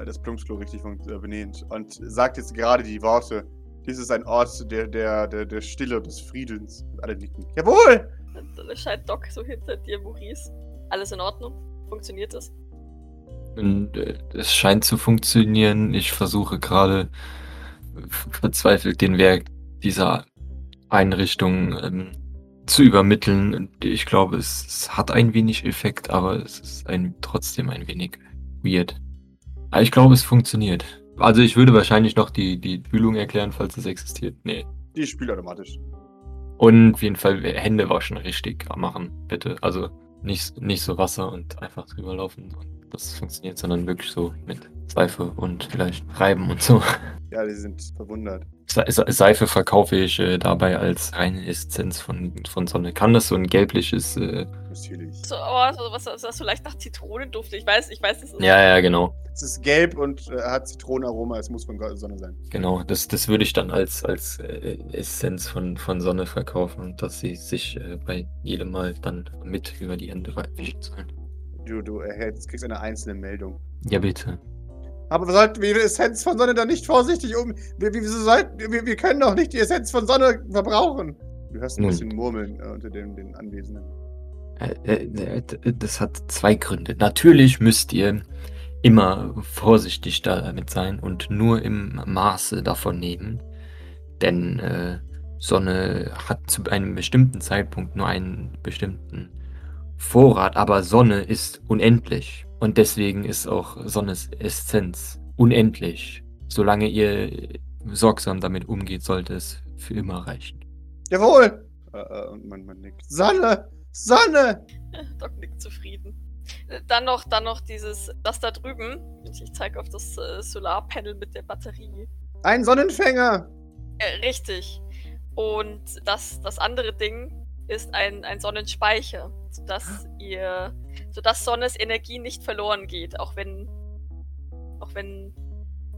C: äh, das Plumpsklo richtig funkt- äh, benehmt. Und sagt jetzt gerade die Worte. Dies ist ein Ort der, der, der, der Stille und des Friedens. Und alle nicken. Jawohl!
B: Dann, dann erscheint Doc so hinter dir, Maurice. Alles in Ordnung? Funktioniert das?
A: Und, äh, es scheint zu funktionieren. Ich versuche gerade äh, verzweifelt den Werk dieser Einrichtung ähm, zu übermitteln. Und Ich glaube, es, es hat ein wenig Effekt, aber es ist ein, trotzdem ein wenig weird. Aber ich glaube, es funktioniert. Also ich würde wahrscheinlich noch die, die Kühlung erklären, falls es existiert. Nee.
C: Die spielt automatisch.
A: Und auf jeden Fall äh, Hände waschen richtig machen, bitte. Also nicht, nicht so Wasser und einfach drüber laufen und das funktioniert, sondern wirklich so mit Seife und vielleicht Reiben und so. [laughs]
C: Ja, die sind verwundert.
A: Se- Se- Seife verkaufe ich äh, dabei als reine Essenz von, von Sonne. Kann das so ein gelbliches. Äh,
C: Natürlich.
B: So, oh, so was, was, was so leicht nach Zitronenduft. Ich weiß, ich weiß, das ist.
A: ja, ja, genau.
C: Es ist gelb und äh, hat Zitronenaroma. Es muss von Go- Sonne sein.
A: Genau. Das, das würde ich dann als, als äh, Essenz von, von Sonne verkaufen und dass sie sich äh, bei jedem Mal dann mit über die Hände wischen sollen.
C: Du, du erhältst, kriegst eine einzelne Meldung.
A: Ja, bitte.
C: Aber wir sollten wir die Essenz von Sonne dann nicht vorsichtig um. Wir, wir, wieso sollten, wir, wir können doch nicht die Essenz von Sonne verbrauchen. Du hörst ein
A: Nun.
C: bisschen Murmeln äh, unter den, den Anwesenden.
A: Äh, äh, äh, Das hat zwei Gründe. Natürlich müsst ihr immer vorsichtig damit sein und nur im Maße davon nehmen, denn äh, Sonne hat zu einem bestimmten Zeitpunkt nur einen bestimmten Vorrat, aber Sonne ist unendlich und deswegen ist auch Sonnes Essenz unendlich. Solange ihr sorgsam damit umgeht, sollte es für immer reichen.
C: Jawohl! Äh, äh, und man, man nickt. Sonne! Sonne!
B: [laughs] Doc nickt zufrieden. Äh, Dann noch, dann noch dieses, das da drüben. Ich, ich zeige auf das äh, Solarpanel mit der Batterie.
C: Ein Sonnenfänger!
B: Äh, richtig. Und das, das andere Ding ist ein, ein Sonnenspeicher, sodass ihr, sodass Sonnes Energie nicht verloren geht, auch wenn, auch wenn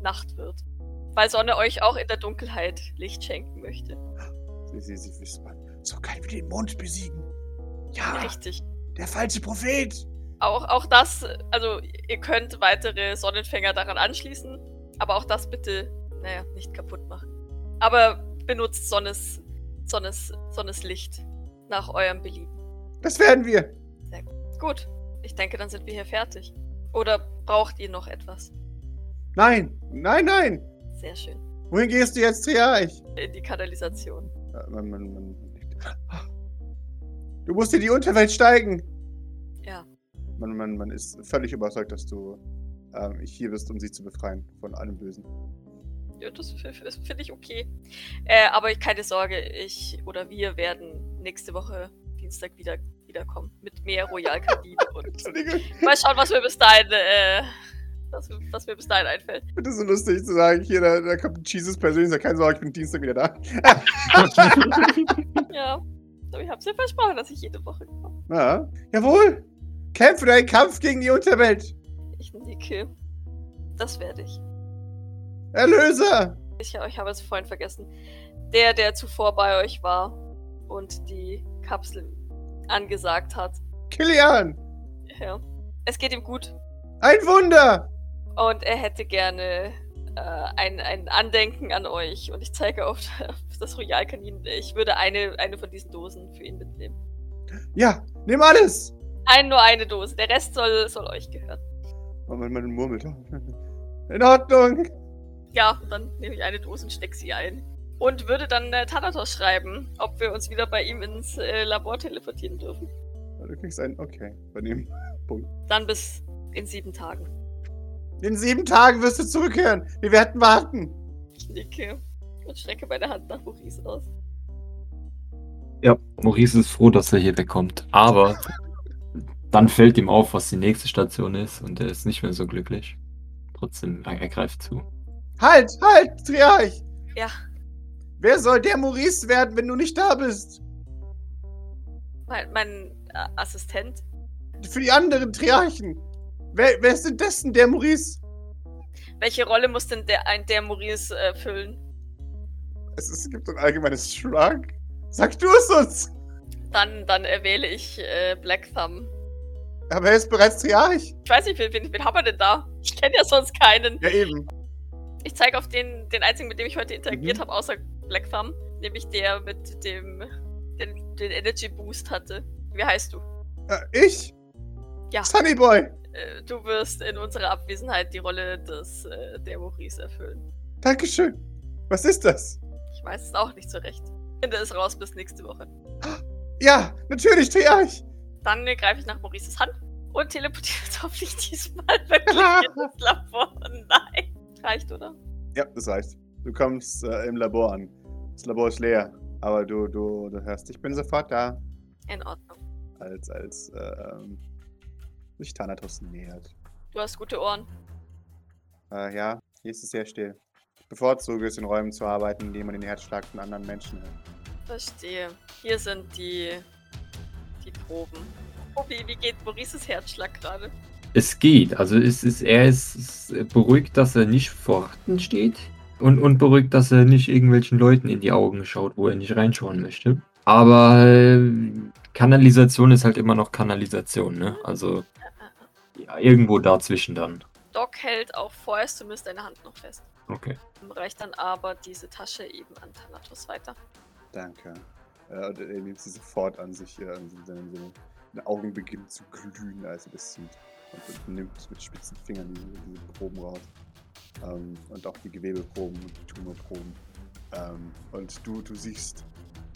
B: Nacht wird. Weil Sonne euch auch in der Dunkelheit Licht schenken möchte.
C: Sie, sie, sie wispert. So können wir den Mond besiegen. Ja,
B: Richtig.
C: der falsche Prophet!
B: Auch, auch das, also ihr könnt weitere Sonnenfänger daran anschließen, aber auch das bitte, naja, nicht kaputt machen. Aber benutzt Sonnes, Sonnes, Sonnes Licht nach eurem Belieben.
C: Das werden wir!
B: Gut, ich denke, dann sind wir hier fertig. Oder braucht ihr noch etwas?
C: Nein! Nein, nein!
B: Sehr schön.
C: Wohin gehst du jetzt, Triarch?
B: In die Kanalisation.
C: Äh, man, man, man nickt. Du musst in die Unterwelt steigen.
B: Ja.
C: Man, man, man ist völlig überzeugt, dass du ähm, hier bist, um sie zu befreien von allem Bösen.
B: Ja, das f- f- das finde ich okay. Äh, aber keine Sorge, ich oder wir werden nächste Woche Dienstag wieder wiederkommen mit mehr Royal Kabine und
C: Entschuldigung,
B: mal schauen, was mir bis dahin, äh, was, was mir bis dahin einfällt.
C: das ist so lustig zu sagen, hier, da, da kommt Jesus persönlich, sagt, keine Sorge, ich bin Dienstag wieder da. [laughs]
B: Ja, aber ich hab's ja versprochen, dass ich jede Woche komme.
C: Na, jawohl! Kämpfe deinen Kampf gegen die Unterwelt!
B: Ich nicke. Das werde ich.
C: Erlöser!
B: Ich, ich habe es vorhin vergessen. Der, der zuvor bei euch war und die Kapsel angesagt hat.
C: Kilian!
B: Ja. Es geht ihm gut
C: Ein Wunder!
B: und er hätte gerne äh, ein, ein Andenken an euch. Und ich zeige auf [laughs] das Royalkanin. Ich würde eine, eine von diesen Dosen für ihn mitnehmen.
C: Ja, nimm alles!
B: Ein, nur eine Dose. Der Rest soll, soll euch gehören.
C: Oh, man, man murmelt. [laughs] In Ordnung!
B: Ja, dann nehme ich eine Dose und steck sie ein. Und würde dann äh, Thanatos schreiben, ob wir uns wieder bei ihm ins äh, Labor teleportieren dürfen.
C: Du kriegst einen, okay, bei dem.
B: Dann bis in sieben Tagen.
C: In sieben Tagen wirst du zurückkehren! Wir werden warten!
B: Ich nicke und strecke meine Hand nach Maurice aus.
A: Ja, Maurice ist froh, dass er hier wegkommt. Aber dann fällt ihm auf, was die nächste Station ist und er ist nicht mehr so glücklich. Trotzdem, er greift zu.
C: Halt, halt, Triarch!
B: Ja.
C: Wer soll der Maurice werden, wenn du nicht da bist?
B: Mein, mein äh, Assistent.
C: Für die anderen Triarchen! Wer, wer ist denn dessen der Maurice?
B: Welche Rolle muss denn der, ein, der Maurice äh, füllen?
C: Es, ist, es gibt so ein allgemeines Schlag. Sag du es uns!
B: Dann, dann erwähle ich äh, Black Thumb.
C: Aber er ist bereits Triarch.
B: Ich weiß nicht, wen, wen, wen haben wir denn da? Ich kenne ja sonst keinen.
C: Ja, eben.
B: Ich zeige auf den, den einzigen, mit dem ich heute interagiert habe, außer Black Thumb. Nämlich der mit dem den, den Energy Boost hatte. Wie heißt du?
C: Äh, ich?
B: Ja.
C: Sunny Boy.
B: Äh, du wirst in unserer Abwesenheit die Rolle des äh, der Maurice erfüllen.
C: Dankeschön. Was ist das?
B: Ich weiß es auch nicht so recht. Finde es raus bis nächste Woche.
C: Ja, natürlich, Triarch.
B: Dann äh, greife ich nach Maurices Hand und teleportiere [laughs] uns hoffentlich diesmal wirklich in das Labor. Nein. Reicht, oder?
C: Ja, das reicht. Du kommst äh, im Labor an. Das Labor ist leer. Aber du, du, du hörst, ich bin sofort da.
B: In Ordnung.
C: Als, als, äh, ähm, sich Thanatos nähert.
B: Du hast gute Ohren.
C: Äh, ja, hier ist es sehr still. Ich bevorzuge es, in Räumen zu arbeiten, in denen man den Herzschlag von anderen Menschen hört.
B: Verstehe. Hier sind die, die Proben. Obi, wie geht Maurices Herzschlag gerade?
A: Es geht. Also es ist, er ist, ist beruhigt, dass er nicht vor Ratten steht und, und beruhigt, dass er nicht irgendwelchen Leuten in die Augen schaut, wo er nicht reinschauen möchte. Aber äh, Kanalisation ist halt immer noch Kanalisation, ne? Also ja, irgendwo dazwischen dann.
B: Doc hält auch vorerst zumindest deine Hand noch fest.
A: Okay.
B: Reicht dann aber diese Tasche eben an Thanatos weiter.
C: Danke. Äh, und er nimmt sie sofort an sich, äh, an seinen, seinen, seinen Augen beginnen zu glühen, als er das sieht. Und, und nimmt mit spitzen Fingern diese, diese Proben raus. Ähm, und auch die Gewebeproben und die Tumorproben. Ähm, und du, du siehst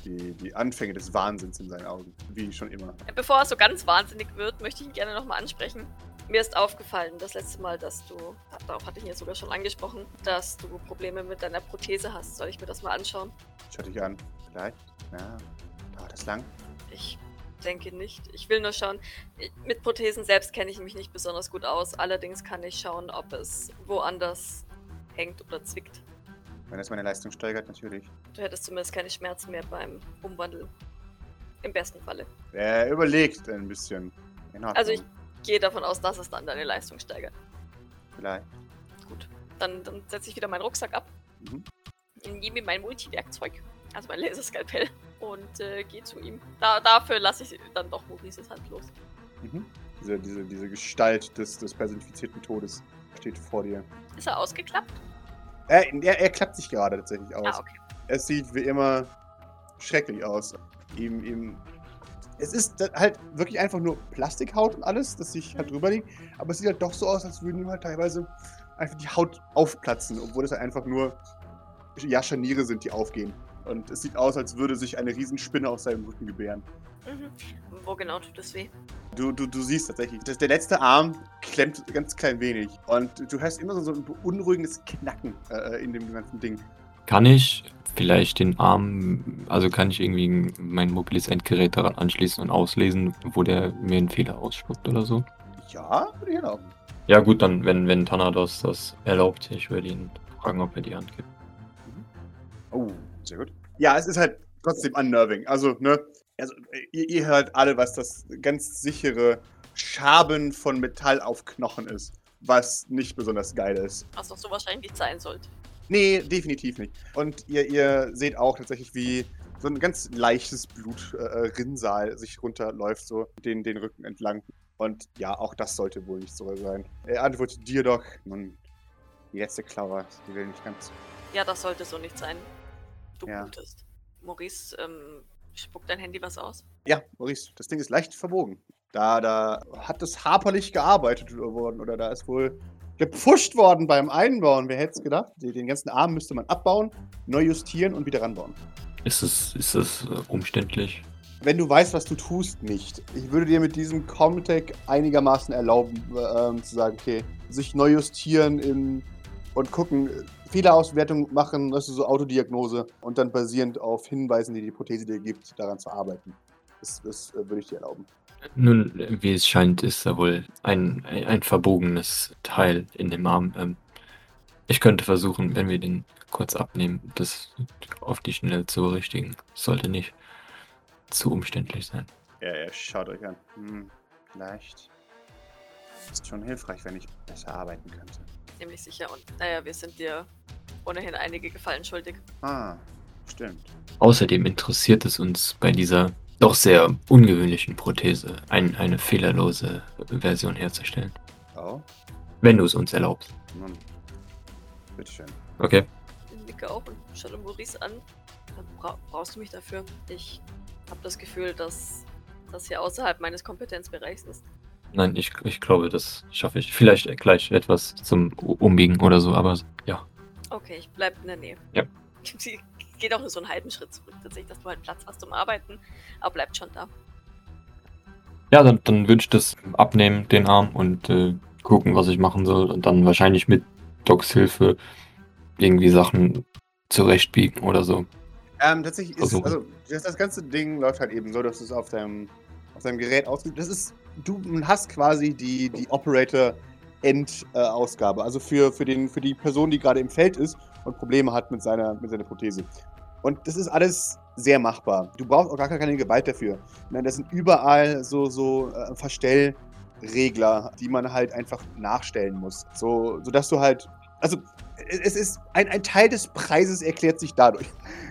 C: die, die Anfänge des Wahnsinns in seinen Augen, wie schon immer.
B: Bevor er so ganz wahnsinnig wird, möchte ich ihn gerne nochmal ansprechen. Mir ist aufgefallen, das letzte Mal, dass du, darauf hatte ich ihn ja sogar schon angesprochen, dass du Probleme mit deiner Prothese hast. Soll ich mir das mal anschauen?
C: Schau dich an. Vielleicht? Ja. Dauert das lang?
B: Ich denke nicht. Ich will nur schauen. Mit Prothesen selbst kenne ich mich nicht besonders gut aus. Allerdings kann ich schauen, ob es woanders hängt oder zwickt.
C: Wenn das meine Leistung steigert, natürlich.
B: Du hättest zumindest keine Schmerzen mehr beim Umwandeln. Im besten Falle.
C: Er überlegt ein bisschen. In Ordnung.
B: Also ich- Gehe davon aus, dass es dann deine Leistung steigert.
C: Vielleicht.
B: Gut. Dann, dann setze ich wieder meinen Rucksack ab,
C: Mhm.
B: nehme mir mein Multiwerkzeug, also mein Laserskalpell, und äh, gehe zu ihm. Da, dafür lasse ich dann doch Maurices Hand los.
C: Mhm. Diese, diese, diese Gestalt des, des personifizierten Todes steht vor dir.
B: Ist er ausgeklappt?
C: Er, er, er klappt sich gerade tatsächlich aus.
B: Ah, okay.
C: Es sieht wie immer schrecklich aus. Ihm, ihm. Es ist da- halt wirklich einfach nur Plastikhaut und alles, das sich halt drüber liegt. Aber es sieht halt doch so aus, als würden ihm halt teilweise einfach die Haut aufplatzen, obwohl es halt einfach nur ja, Scharniere sind, die aufgehen. Und es sieht aus, als würde sich eine Riesenspinne aus seinem Rücken gebären.
B: Mhm. Wo genau tut es weh?
C: Du, du, du siehst tatsächlich, dass der letzte Arm klemmt ganz klein wenig. Und du hörst immer so, so ein beunruhigendes Knacken äh, in dem ganzen Ding.
A: Kann ich vielleicht den Arm, also kann ich irgendwie mein mobiles Endgerät daran anschließen und auslesen, wo der mir einen Fehler ausspuckt oder so?
C: Ja, würde ich erlauben.
A: Ja gut, dann, wenn, wenn Thanatos das erlaubt, ich würde ihn fragen, ob er die Hand gibt.
C: Oh, sehr gut. Ja, es ist halt trotzdem unnerving. Also, ne? Also, ihr, ihr hört alle, was das ganz sichere Schaben von Metall auf Knochen ist. Was nicht besonders geil ist.
B: Was doch so wahrscheinlich sein sollte.
C: Nee, definitiv nicht. Und ihr, ihr seht auch tatsächlich, wie so ein ganz leichtes Blutrinsal sich runterläuft, so den, den Rücken entlang. Und ja, auch das sollte wohl nicht so sein. Er antwortet dir doch, nun, die letzte Klaue, die will nicht ganz.
B: Ja, das sollte so nicht sein. Du
C: Ja.
B: gutest. Maurice, ähm, spuckt dein Handy was aus?
C: Ja, Maurice, das Ding ist leicht verbogen. Da, da hat es haperlich gearbeitet worden oder da ist wohl gepfuscht worden beim Einbauen. Wer hätte es gedacht? Den den ganzen Arm müsste man abbauen, neu justieren und wieder ranbauen.
A: Ist es, ist es äh, umständlich?
C: Wenn du weißt, was du tust, nicht. Ich würde dir mit diesem Comtech einigermaßen erlauben, ähm, zu sagen, okay, sich neu justieren im, und gucken, Fehlerauswertung machen, das ist so Autodiagnose und dann basierend auf Hinweisen, die die Prothese dir gibt, daran zu arbeiten. Das, das äh, würde ich dir erlauben.
A: Nun, wie es scheint, ist da wohl ein, ein ein verbogenes Teil in dem Arm. Ähm, Ich könnte versuchen, wenn wir den kurz abnehmen, das auf die Schnelle zu berichtigen. Sollte nicht zu umständlich sein.
C: Ja, ja, schaut euch an. Hm, vielleicht. Ist schon hilfreich, wenn ich besser arbeiten könnte.
B: Ziemlich sicher. Und naja, wir sind dir ohnehin einige Gefallen schuldig.
C: Ah, stimmt.
A: Außerdem interessiert es uns bei dieser doch sehr ungewöhnlichen Prothese ein, eine fehlerlose Version herzustellen.
C: Oh,
A: Wenn du es uns erlaubst.
C: nun. Bitteschön.
A: Okay.
B: Ich nicke auch und schaue Maurice an. Bra brauchst du mich dafür? Ich habe das Gefühl, dass das hier außerhalb meines Kompetenzbereichs ist.
A: Nein, ich, ich glaube, das schaffe ich. Vielleicht äh, gleich etwas zum U- Umbiegen oder so, aber ja.
B: Okay, ich bleib in der Nähe.
A: Ja.
B: [laughs] Sie geht auch nur so einen halben Schritt zurück, tatsächlich, dass du halt Platz hast zum Arbeiten, aber bleibt schon da.
A: Ja, dann, dann würde ich das abnehmen, den Arm, und äh, gucken, was ich machen soll. Und dann wahrscheinlich mit Docs Hilfe irgendwie Sachen zurechtbiegen oder so.
C: Ähm, tatsächlich ist,
A: Versuchen.
C: also, das, das ganze Ding läuft halt eben so, dass es auf deinem, auf deinem Gerät ausgeht. Das ist, du hast quasi die, die Operator-End-Ausgabe. also für, für, den, für die Person, die gerade im Feld ist und Probleme hat mit seiner, mit seiner Prothese. Und das ist alles sehr machbar. Du brauchst auch gar keine Gewalt dafür. Nein, das sind überall so, so äh, Verstellregler, die man halt einfach nachstellen muss. So, sodass du halt. Also, es es ist ein, ein Teil des Preises erklärt sich dadurch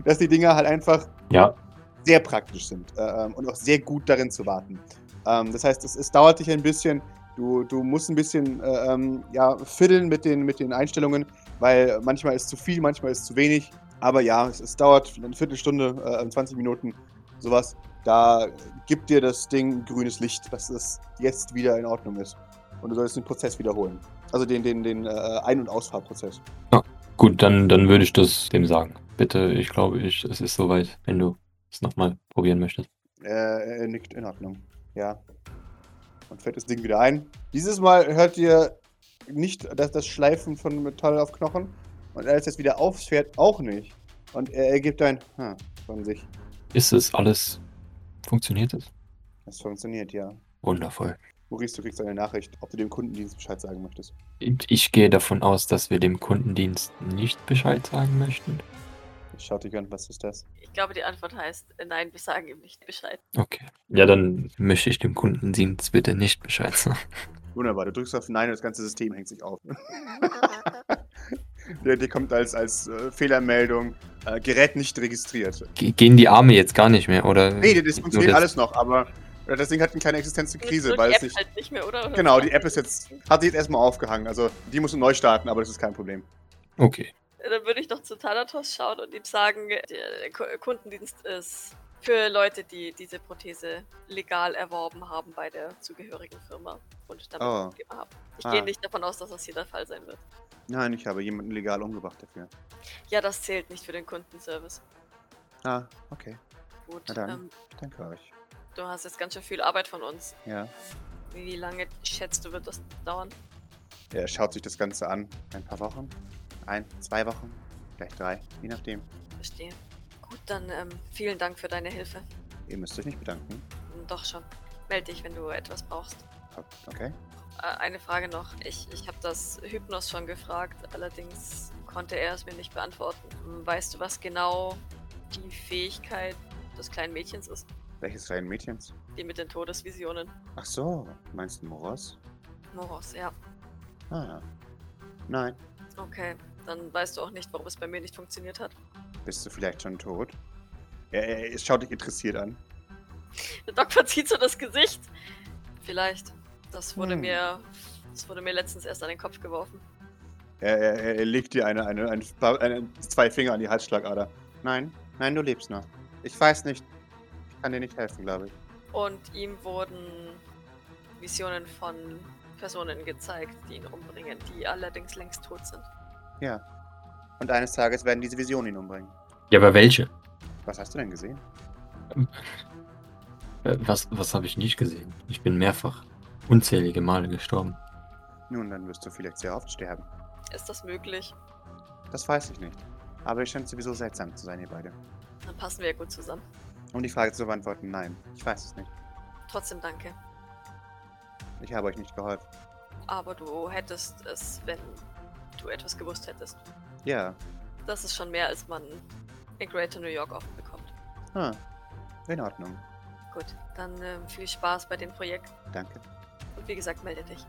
C: dass die Dinger halt einfach
A: Ja.
C: sehr praktisch sind äh, ähm, und auch sehr gut darin zu warten. Ähm, das heißt, es, es dauert dich ein bisschen, du, du musst ein bisschen äh, ähm, ja, fiddeln mit den, mit den Einstellungen, weil manchmal ist zu viel, manchmal ist zu wenig. Aber ja, es, es dauert eine Viertelstunde, äh, 20 Minuten, sowas. Da gibt dir das Ding grünes Licht, dass es jetzt wieder in Ordnung ist. Und du sollst den Prozess wiederholen. Also den, den, den äh, Ein- und Ausfahrprozess.
A: Gut, dann, dann würde ich das dem sagen. Bitte, ich glaube, ich, es ist soweit, wenn du es nochmal probieren möchtest.
C: Äh, er nickt in Ordnung. Ja. Und fällt das Ding wieder ein. Dieses Mal hört ihr nicht das, das Schleifen von Metall auf Knochen. Und als es wieder auffährt, auch nicht. Und er, er gibt ein hm, von sich.
A: Ist es alles, funktioniert es?
C: Das funktioniert, ja.
A: Wundervoll.
C: Maurice, du kriegst eine Nachricht, ob du dem Kundendienst Bescheid sagen möchtest.
A: Ich gehe davon aus, dass wir dem Kundendienst nicht Bescheid sagen möchten.
C: Ich schau dich an, was ist das?
B: Ich glaube, die Antwort heißt, äh, nein, wir sagen ihm nicht Bescheid.
A: Okay. Ja, dann möchte ich dem Kundendienst bitte nicht Bescheid sagen.
C: Wunderbar, du drückst auf Nein und das ganze System hängt
A: [laughs]
C: sich auf. Der, der kommt als, als äh, Fehlermeldung. Äh, Gerät nicht registriert.
A: Ge- Gehen die Arme jetzt gar nicht mehr, oder?
C: Nee, das
A: Äh, Nur
C: funktioniert
A: das-
C: alles noch, aber äh, das Ding hat eine kleine Existenzkrise,
B: Nur die
C: weil es
B: App
C: nicht.
B: halt nicht mehr, oder? Oder
C: Genau,
B: was?
C: die App ist jetzt, hat sich jetzt erstmal aufgehangen. Also die muss neu starten, aber das ist kein Problem.
A: Okay.
B: [laughs] Dann würde ich noch zu Thanatos schauen und ihm sagen, der Ku- Kundendienst ist für Leute, die diese Prothese legal erworben haben bei der zugehörigen Firma und damit
C: Oh.
B: Probleme haben. Ich
C: Ah.
B: gehe nicht davon aus, dass das hier der Fall sein wird.
C: Nein, ich habe jemanden legal umgebracht dafür.
B: Ja, das zählt nicht für den Kundenservice.
C: Ah, okay.
B: Gut,
C: Na dann.
B: ähm,
C: Danke euch.
B: du hast jetzt ganz schön viel Arbeit von uns.
C: Ja.
B: Wie lange schätzt du, wird das dauern?
C: Er schaut sich das Ganze an. Ein paar Wochen. Ein, zwei Wochen. Vielleicht drei. Je nachdem.
B: Verstehe. Gut, dann ähm, vielen Dank für deine Hilfe.
C: Ihr müsst euch nicht bedanken.
B: Hm, Doch schon. Melde dich, wenn du etwas brauchst.
C: Okay.
B: Äh, eine Frage noch. Ich, ich habe das Hypnos schon gefragt, allerdings konnte er es mir nicht beantworten. Hm, Weißt du, was genau die Fähigkeit des kleinen Mädchens ist?
C: Welches kleinen Mädchens?
B: Die mit den Todesvisionen.
C: Ach so. Meinst du Moros?
B: Moros, ja.
C: Ah ja. Nein.
B: Okay. Dann weißt du auch nicht, warum es bei mir nicht funktioniert hat.
C: Bist du vielleicht schon tot? Er, er, er schaut dich interessiert an.
B: Der Doc [laughs] verzieht so das Gesicht. Vielleicht. Das wurde
C: Hm.
B: mir. Das wurde mir letztens erst an den Kopf geworfen.
C: Er, er, er- er legt dir eine, eine, ein paar- eine, zwei Finger an die Halsschlagader. Nein, nein, du lebst noch. Ich weiß nicht. Ich kann dir nicht helfen, glaube ich.
B: Und ihm wurden Visionen von Personen gezeigt, die ihn umbringen, die allerdings längst tot sind.
C: Und eines Tages werden diese Visionen ihn umbringen.
A: Ja, aber welche?
C: Was hast du denn gesehen?
A: Äh, Was, was habe ich nicht gesehen? Ich bin mehrfach, unzählige Male gestorben.
C: Nun, dann wirst du vielleicht sehr oft sterben.
B: Ist das möglich?
C: Das weiß ich nicht. Aber ihr scheint sowieso seltsam zu sein, ihr beide.
B: Dann passen wir ja gut zusammen.
C: Um die Frage zu beantworten, nein. Ich weiß es nicht.
B: Trotzdem danke.
C: Ich habe euch nicht geholfen.
B: Aber du hättest es, wenn du etwas gewusst hättest.
C: Ja.
B: Das ist schon mehr, als man in Greater New York offen bekommt.
C: Ah, in Ordnung.
B: Gut, dann ähm, viel Spaß bei dem Projekt.
C: Danke.
B: Und wie gesagt, melde dich.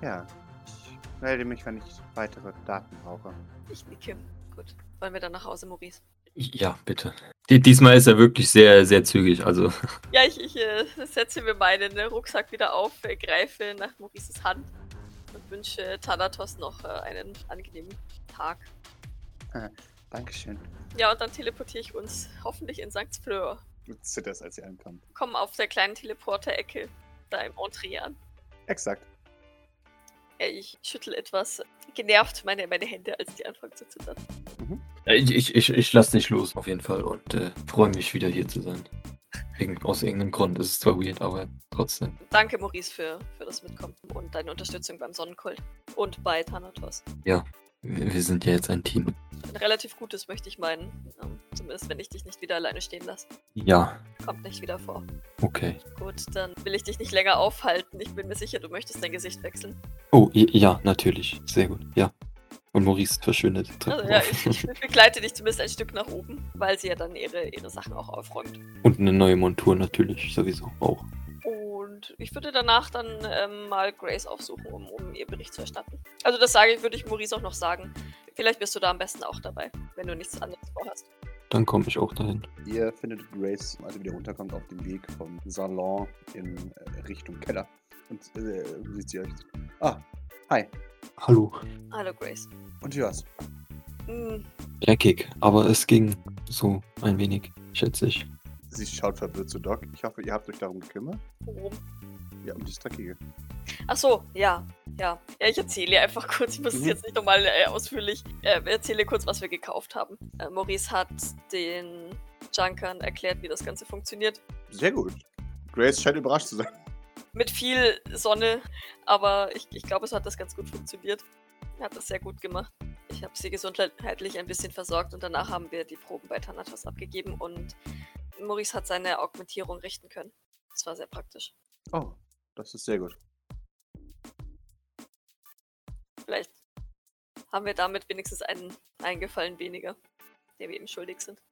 C: Ja. Ich melde mich, wenn ich weitere Daten brauche.
B: Ich nicke. Gut. Wollen wir dann nach Hause, Maurice?
A: Ja, bitte. Die- Diesmal ist er wirklich sehr, sehr zügig. Also,
B: Ja, ich, ich äh, setze mir meinen äh, Rucksack wieder auf, äh, greife nach Maurices Hand und wünsche Thanatos noch äh, einen angenehmen Tag.
C: Dankeschön.
B: Ja, und dann teleportiere ich uns hoffentlich in St. Fleur.
C: Du zitterst, als sie ankommen.
B: Kommen auf der kleinen Teleporter-Ecke da im Entree an.
C: Exakt.
B: Ja, ich schüttel etwas genervt meine, meine Hände, als die anfangen zu zittern.
A: äh, ich, ich, ich, ich lasse dich los auf jeden Fall und äh, freue mich wieder hier zu sein. Irgend, aus irgendeinem Grund. Es ist zwar weird, aber trotzdem.
B: Danke, Maurice, für, für das Mitkommen und deine Unterstützung beim Sonnenkult und bei Thanatos.
A: Wir wir sind ja jetzt ein Team.
B: Ein relativ gutes möchte ich meinen. Ähm, zumindest, wenn ich dich nicht wieder alleine stehen lasse.
A: Ja,
B: Kommt nicht wieder vor.
A: okay.
B: Gut, dann will ich dich nicht länger aufhalten. Ich bin mir sicher, du möchtest dein Gesicht wechseln.
A: Oh, i- ja, natürlich. Sehr gut, ja. Und Maurice verschwindet.
B: Also ja, ich, ich begleite dich zumindest ein Stück nach oben, weil sie ja dann ihre, ihre Sachen auch aufräumt.
A: Und eine neue Montur natürlich, sowieso auch.
B: Und ich würde danach dann ähm, mal Grace aufsuchen, um, um ihr Bericht zu erstatten. Also das sage ich, würde ich Maurice auch noch sagen. Vielleicht bist du da am besten auch dabei, wenn du nichts anderes vorhast.
A: Dann komme ich auch dahin.
C: Ihr findet Grace, als ihr wieder runterkommt, auf dem Weg vom Salon in äh, Richtung Keller. Und äh, sieht sie euch. Ah, hi.
A: Hallo.
B: Hallo Grace.
C: Und Jörs.
B: Hm,
A: Eckig, aber es ging so ein wenig, schätze ich.
C: Sie schaut verwirrt zu Doc. Ich hoffe, ihr habt euch darum gekümmert.
B: worum?
C: Ja, um die Dreckige.
B: Ach so, ja, ja. Ja, ich erzähle ihr einfach [laughs] kurz. Ich muss es
C: Mhm.
B: jetzt nicht nochmal äh, ausführlich. Äh, erzähle kurz, was wir gekauft haben. Äh, Maurice hat den Junkern erklärt, wie das Ganze funktioniert.
C: Sehr gut. Grace scheint überrascht zu sein.
B: Mit viel Sonne, aber ich, ich glaube, es hat das ganz gut funktioniert. Er hat das sehr gut gemacht. Ich habe sie gesundheitlich ein bisschen versorgt und danach haben wir die Proben bei Thanatos abgegeben und Maurice hat seine Augmentierung richten können. Das war sehr praktisch.
C: Oh, das ist sehr gut.
B: Vielleicht haben wir damit wenigstens einen eingefallen weniger, der wir ihm schuldig sind.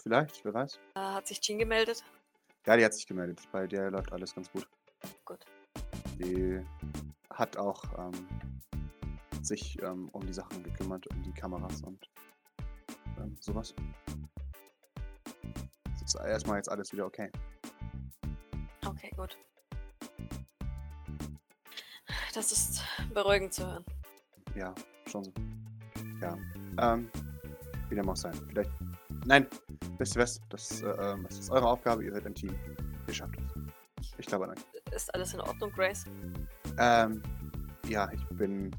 C: Vielleicht, wer weiß.
B: Äh, hat sich Jean gemeldet?
C: Ja, die hat sich gemeldet. Bei der läuft alles ganz gut.
B: Gut.
C: Die hat auch ähm, sich ähm, um die Sachen gekümmert, um die Kameras und ähm, sowas. Es ist erstmal jetzt alles wieder okay.
B: Okay, gut. Das ist beruhigend zu hören.
C: Ja, schon so. Ja. Ähm, wie dem auch sein. Vielleicht. Nein, wisst ihr was? Das, äh, ähm, das ist eure Aufgabe, ihr seid ein Team. Ihr schafft es. Ich glaube an euch.
B: Ist alles in Ordnung, Grace?
C: Ähm, ja, ich bin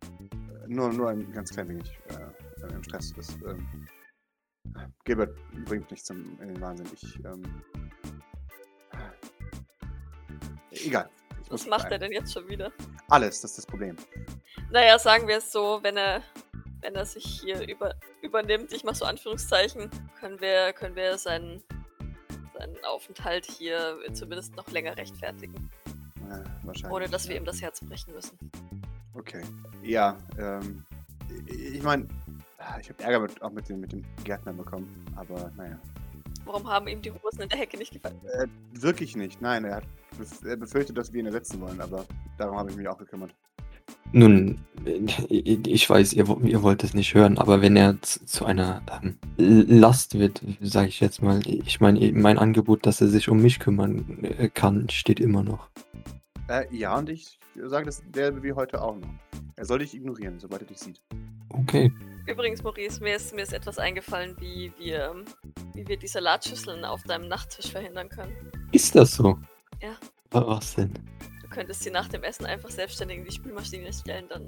C: äh, nur, nur ein ganz klein wenig äh, im Stress. Das, ähm, Gilbert bringt mich zum, in den Wahnsinn. Ich ähm, Egal. Ich muss
B: Was macht er
C: bleiben.
B: denn jetzt schon wieder?
C: Alles, das ist das Problem.
B: Naja, sagen wir es so, wenn er, wenn er sich hier über, übernimmt, ich mache so Anführungszeichen, können wir, können wir seinen, seinen Aufenthalt hier zumindest noch länger rechtfertigen,
C: Äh, wahrscheinlich.
B: ohne dass wir
C: ja.
B: ihm das Herz brechen müssen.
C: Okay. Ja, ähm, ich ich meine, ich habe Ärger mit, auch mit dem, mit dem Gärtner bekommen, aber naja. Äh,
B: Warum haben ihm die Rosen in der Hecke nicht gefallen?
C: Wirklich nicht. Nein, er hat bef- er befürchtet, dass wir ihn ersetzen wollen, aber darum habe ich mich auch gekümmert.
A: Nun, äh, ich weiß, ihr, wo- ihr wollt es nicht hören, aber wenn er zu, zu einer ähm, Last wird, sage ich jetzt mal, ich meine, mein Angebot, dass er sich um mich kümmern äh, kann, steht immer noch.
C: Äh, ja, und ich sage dasselbe wie heute auch noch. Er soll dich ignorieren, sobald er dich sieht.
A: Okay.
B: Übrigens, Maurice, mir ist, mir ist etwas eingefallen, wie wir, wie wir die Salatschüsseln auf deinem Nachttisch verhindern können.
A: Ist das so?
B: Ja.
A: Wa- Was denn?
B: Du könntest sie nach dem Essen einfach selbstständig in die Spülmaschine stellen, dann,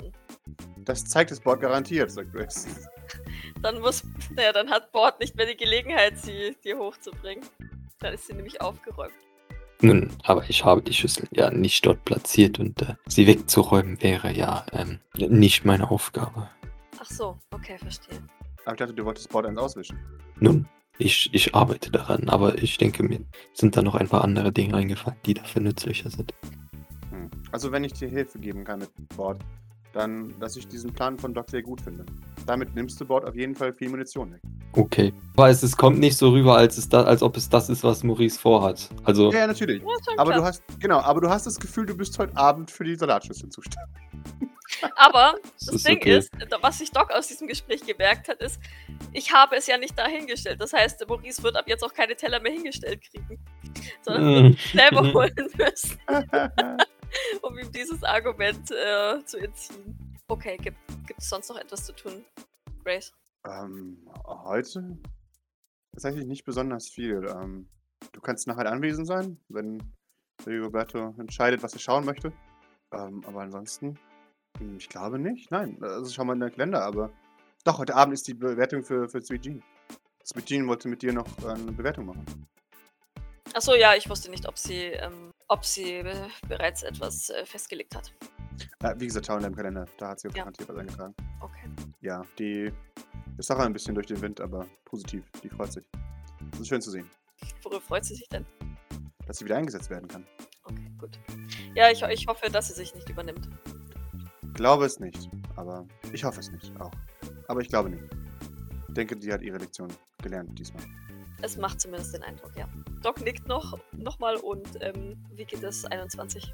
C: Das zeigt das Board garantiert, sagt Grace.
B: dann muss, naja, dann hat Bord nicht mehr die Gelegenheit, sie dir hochzubringen. Dann ist sie nämlich aufgeräumt.
A: Nun, aber ich habe die Schüssel ja nicht dort platziert und äh, sie wegzuräumen wäre ja ähm, nicht meine Aufgabe.
B: Ach so, okay, verstehe.
C: Aber ich dachte, du wolltest Board eins auswischen.
A: Nun, ich, ich arbeite daran, aber ich denke, mir sind da noch ein paar andere Dinge eingefallen, die dafür nützlicher sind.
C: Hm. Also, wenn ich dir Hilfe geben kann mit Board, dann, dass ich diesen Plan von Doc sehr gut finde. Damit nimmst du Board auf jeden Fall viel Munition weg.
A: Okay. Aber es, es kommt nicht so rüber, als, es da, als ob es das ist, was Maurice vorhat. Also,
C: Ja, ja, natürlich.
B: Ja, schon
C: Aber
B: klar.
C: du hast, genau, aber du hast das Gefühl, du bist heute Abend für die Salatschüsseln zuständig.
B: Aber
A: es
B: das Ding
A: okay.
B: ist, was sich Doc aus diesem Gespräch gemerkt hat, ist, ich habe es ja nicht dahingestellt. Das heißt, Maurice wird ab jetzt auch keine Teller mehr hingestellt kriegen, sondern
A: Mm,
B: selber holen müssen, um ihm dieses Argument äh, zu entziehen. Okay, gibt, gibt es sonst noch etwas zu tun, Grace?
C: Ähm, heute? Tatsächlich nicht besonders viel. Ähm, du kannst nachher anwesend sein, wenn Roberto entscheidet, was er schauen möchte. Ähm, aber ansonsten, hm, ich glaube nicht. Nein, also schau mal in den Kalender, aber doch, heute Abend ist die Bewertung für, für Sweet Jean. Sweet Jean wollte mit dir noch äh, eine Bewertung machen.
B: Achso, ja, ich wusste nicht, ob sie, ähm, ob sie äh, bereits etwas äh, festgelegt hat.
C: Äh, wie gesagt, schau in deinem Kalender, da hat sie
B: Ja.
C: garantiert was eingetragen.
B: Okay.
C: Ja, die ist Sache ein bisschen durch den Wind, aber positiv, die freut sich. Es ist schön zu sehen,
B: Worüber freut sie sich denn?
C: dass sie wieder eingesetzt werden kann.
B: Okay, gut. Ja, ich, ich hoffe, dass sie sich nicht übernimmt.
C: glaube es nicht, aber ich hoffe es nicht auch. Aber ich glaube nicht. Ich denke, die hat ihre Lektion gelernt diesmal.
B: Es macht zumindest den Eindruck, ja. Doc nickt noch, nochmal und ähm, wie geht es 21?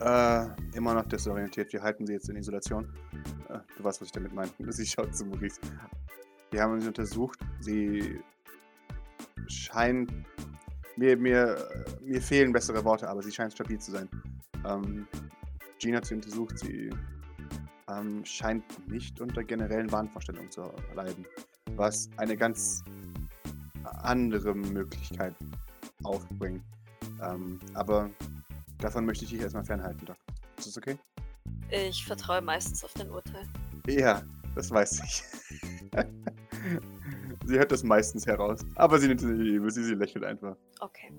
C: Äh, immer noch desorientiert. Wir halten sie jetzt in Isolation. Äh, du weißt, was ich damit meine. [laughs] Sie schaut zu Maurice. Wir haben sie untersucht. Sie scheint. Mir, mir, äh, mir fehlen bessere Worte, aber sie scheint stabil zu sein. Ähm, Jean hat sie untersucht. Sie ähm, scheint nicht unter generellen Wahnvorstellungen zu leiden. Was eine ganz andere Möglichkeit aufbringt. Ähm, aber Davon möchte ich dich erstmal fernhalten, Doc. Ist das okay?
B: Ich vertraue meistens auf dein Urteil.
C: Ja, das weiß ich. [laughs] sie hört das meistens heraus. Aber sie nimmt es nicht übel, sie, sie lächelt einfach.
B: Okay.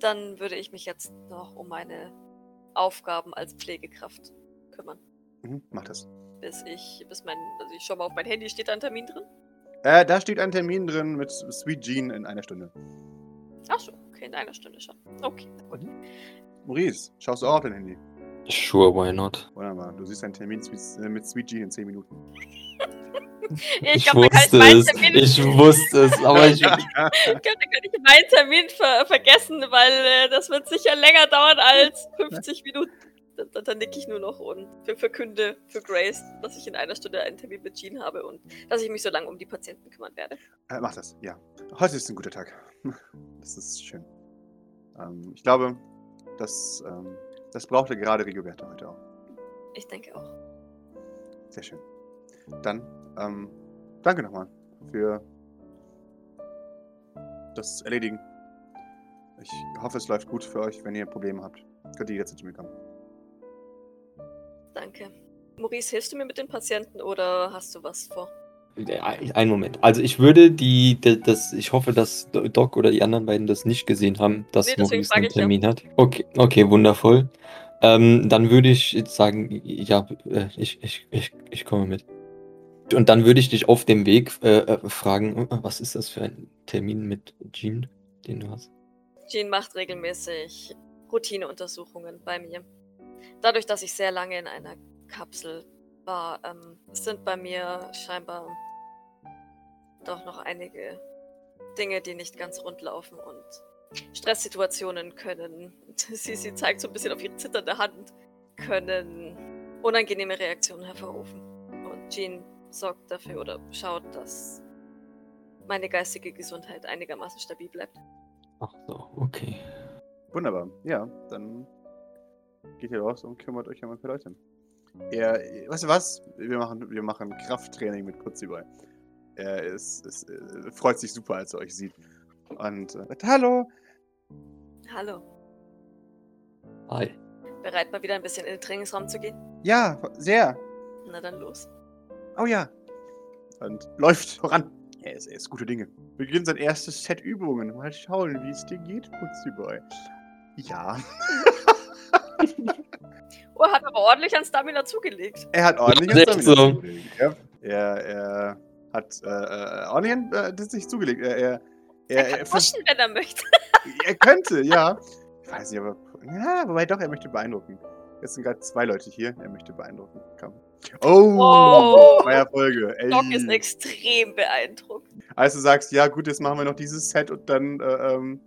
B: Dann würde ich mich jetzt noch um meine Aufgaben als Pflegekraft kümmern.
C: Mhm, mach das.
B: Bis ich, bis mein, also ich schau mal auf mein Handy, steht da ein Termin drin?
C: Äh, da steht ein Termin drin mit Sweet Jean in einer Stunde.
B: Ach so, okay, in einer Stunde schon. Okay, gut.
C: Maurice, schaust du auch auf dein Handy?
A: sure, why not?
C: Wunderbar, du siehst einen Termin Sweet- äh, mit Sweet Jean in 10 Minuten.
B: Ich glaub, da kann ich meinen Termin- [laughs]
A: es. Ich wusste es, aber ich.
B: Ich glaube, da kann ich meinen Termin ver vergessen, weil äh, das wird sicher länger dauern als 50 Minuten. Dann, dann, dann nicke ich nur noch und ver- verkünde für Grace, dass ich in einer Stunde einen Termin mit Jean habe und dass ich mich so lange um die Patienten kümmern werde.
C: Äh, mach das, ja. Heute ist ein guter Tag. [laughs] Das ist schön. Ähm, ich glaube, das, ähm, das brauchte gerade Rigoberta heute auch.
B: Ich denke auch.
C: Sehr schön. Dann, ähm, danke nochmal für das Erledigen. Ich hoffe, es läuft gut für euch. Wenn ihr Probleme habt, könnt ihr jederzeit zu mir kommen.
B: Danke. Maurice, hilfst du mir mit den Patienten oder hast du was vor?
A: Einen Moment. Also ich würde die, die- das, ich hoffe, dass Doc oder die anderen beiden das nicht gesehen haben, dass
B: Nee, deswegen
A: Maurice
B: frage
A: einen
B: ich ja.
A: Termin hat. Okay, okay, wundervoll. Ähm, dann würde ich jetzt sagen, ja, äh, ich, ich, ich, ich komme mit. Und dann würde ich dich auf dem Weg äh, äh, fragen, äh, was ist das für ein Termin mit Jean, den du hast?
B: Jean macht regelmäßig Routineuntersuchungen bei mir. Dadurch, dass ich sehr lange in einer Kapsel war, ähm, sind bei mir scheinbar doch noch einige Dinge, die nicht ganz rund laufen und Stresssituationen können. [laughs] Sie, sie zeigt so ein bisschen auf ihre zitternde Hand, können unangenehme Reaktionen hervorrufen. Und Jean sorgt dafür oder schaut, dass meine geistige Gesundheit einigermaßen stabil bleibt.
A: Ach so, okay.
C: Wunderbar. Ja, dann geht ihr raus und kümmert euch um ein paar Leute. Er, weißt du was? Wir machen, wir machen Krafttraining mit Putziboy. Er ist, ist, äh, freut sich super, als er euch sieht. Und äh, sagt, hallo!
B: Hallo.
A: Hi.
B: Bereit, mal wieder ein bisschen in den Trainingsraum zu gehen?
C: Ja, sehr!
B: Na dann los.
C: Oh ja! Und läuft voran. Er ist, er ist gute Dinge. Beginnt sein erstes Set Übungen. Mal schauen, wie es dir geht, Putziboy. Ja.
B: Oh, hat aber ordentlich an Stamina zugelegt.
C: Er hat ordentlich
A: Ja,
C: an
A: echt
C: Stamina
A: so.
C: zugelegt, ja. Er, er hat äh, äh, ordentlich an- äh, das sich zugelegt. Er, er, er,
B: Er
C: er,
B: kann
C: vers-
B: pushen, wenn er möchte.
C: [laughs] er könnte, ja. Ich weiß nicht, aber. Ja, wobei doch, er möchte beeindrucken. Jetzt sind gerade zwei Leute hier. Er möchte beeindrucken. Komm. Oh!
B: Wow.
C: Zwei Erfolge. Ey.
B: Doc ist extrem beeindruckt.
C: Als du sagst, ja, gut, jetzt machen wir noch dieses Set und dann. Äh, ähm,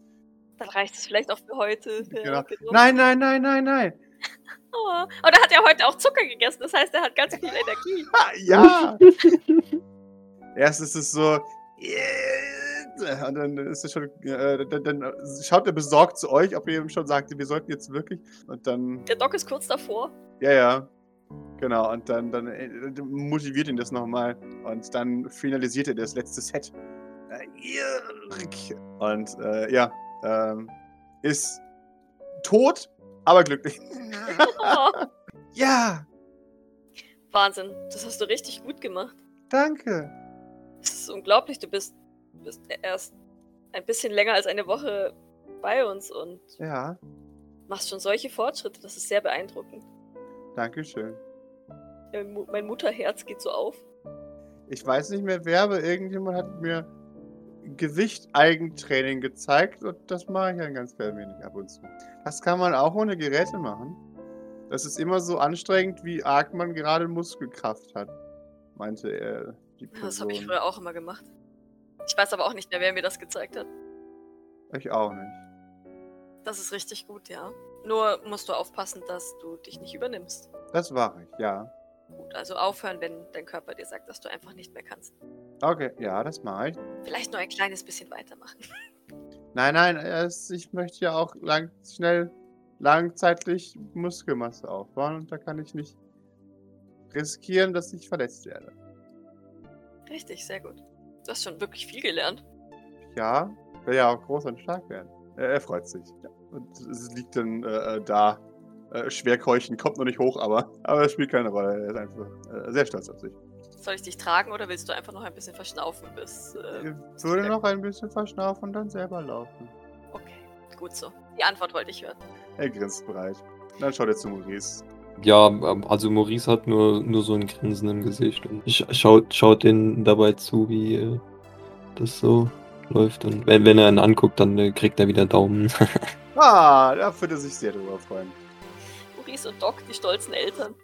B: Dann reicht es vielleicht auch für heute.
C: Genau. nein, nein, nein, nein, nein.
B: Oh. Und er hat ja heute auch Zucker gegessen. Das heißt, er hat ganz viel Energie.
C: Ah, ja! [laughs] Erst ist es so. "Yeah", Und dann ist es schon. Äh, dann, dann schaut er besorgt zu euch, ob ihr ihm schon sagt, wir sollten jetzt wirklich. Und dann.
B: Der Doc ist kurz davor.
C: Ja, ja. Genau, und dann, dann äh, motiviert ihn das nochmal. Und dann finalisiert er das letzte Set. Äh, yeah. Und äh, ja, ähm, ist tot, aber glücklich. [laughs]
B: Oh.
C: ja,
B: Wahnsinn. Das hast du richtig gut gemacht.
C: danke.
B: Es ist unglaublich. Du bist, du bist erst ein bisschen länger als eine Woche bei uns und
C: Ja.
B: machst schon solche Fortschritte. Das ist sehr beeindruckend.
C: Dankeschön.
B: Mein Äh, Mu- Mein Mutterherz geht so auf.
C: Ich weiß nicht mehr wer, aber irgendjemand hat mir Gewicht-Eigentraining gezeigt und das mache ich dann ganz klein wenig ab und zu. Das kann man auch ohne Geräte machen. Das ist immer so anstrengend, wie arg man gerade Muskelkraft hat, meinte er. Die
B: Ja,
C: Person.
B: Das habe ich früher auch immer gemacht. Ich weiß aber auch nicht mehr, wer mir das gezeigt hat.
C: Ich auch nicht.
B: Das ist richtig gut, ja. Nur musst du aufpassen, dass du dich nicht übernimmst.
C: Das war ich, ja.
B: Gut, also aufhören, wenn dein Körper dir sagt, dass du einfach nicht mehr kannst.
C: Okay, ja, das mache ich.
B: Vielleicht nur ein kleines bisschen weitermachen.
C: Nein, nein, es, ich möchte ja auch lang, schnell, langzeitlich Muskelmasse aufbauen und da kann ich nicht riskieren, dass ich verletzt werde.
B: Richtig, sehr gut. Du hast schon wirklich viel gelernt.
C: Ja, will ja auch groß und stark werden. Er, er freut sich. Ja. Und es liegt dann äh, äh, da, äh, schwer keuchen, kommt noch nicht hoch, aber, aber das spielt keine Rolle. Er ist einfach äh, sehr stolz auf sich.
B: Soll ich dich tragen oder willst du einfach noch ein bisschen verschnaufen bis. Äh,
C: Er würde noch ein bisschen verschnaufen und dann selber laufen.
B: okay, gut so. Die Antwort wollte ich hören.
C: Er grinst breit. Dann schaut er zu Maurice.
A: Ja, ähm, also Maurice hat nur, nur so ein Grinsen im Gesicht und sch- schaut, schaut den dabei zu, wie äh, das so läuft. Und wenn, wenn er ihn anguckt, dann äh, kriegt er wieder Daumen.
C: Ah, da würde er sich sehr drüber freuen.
B: Maurice und Doc, die stolzen Eltern.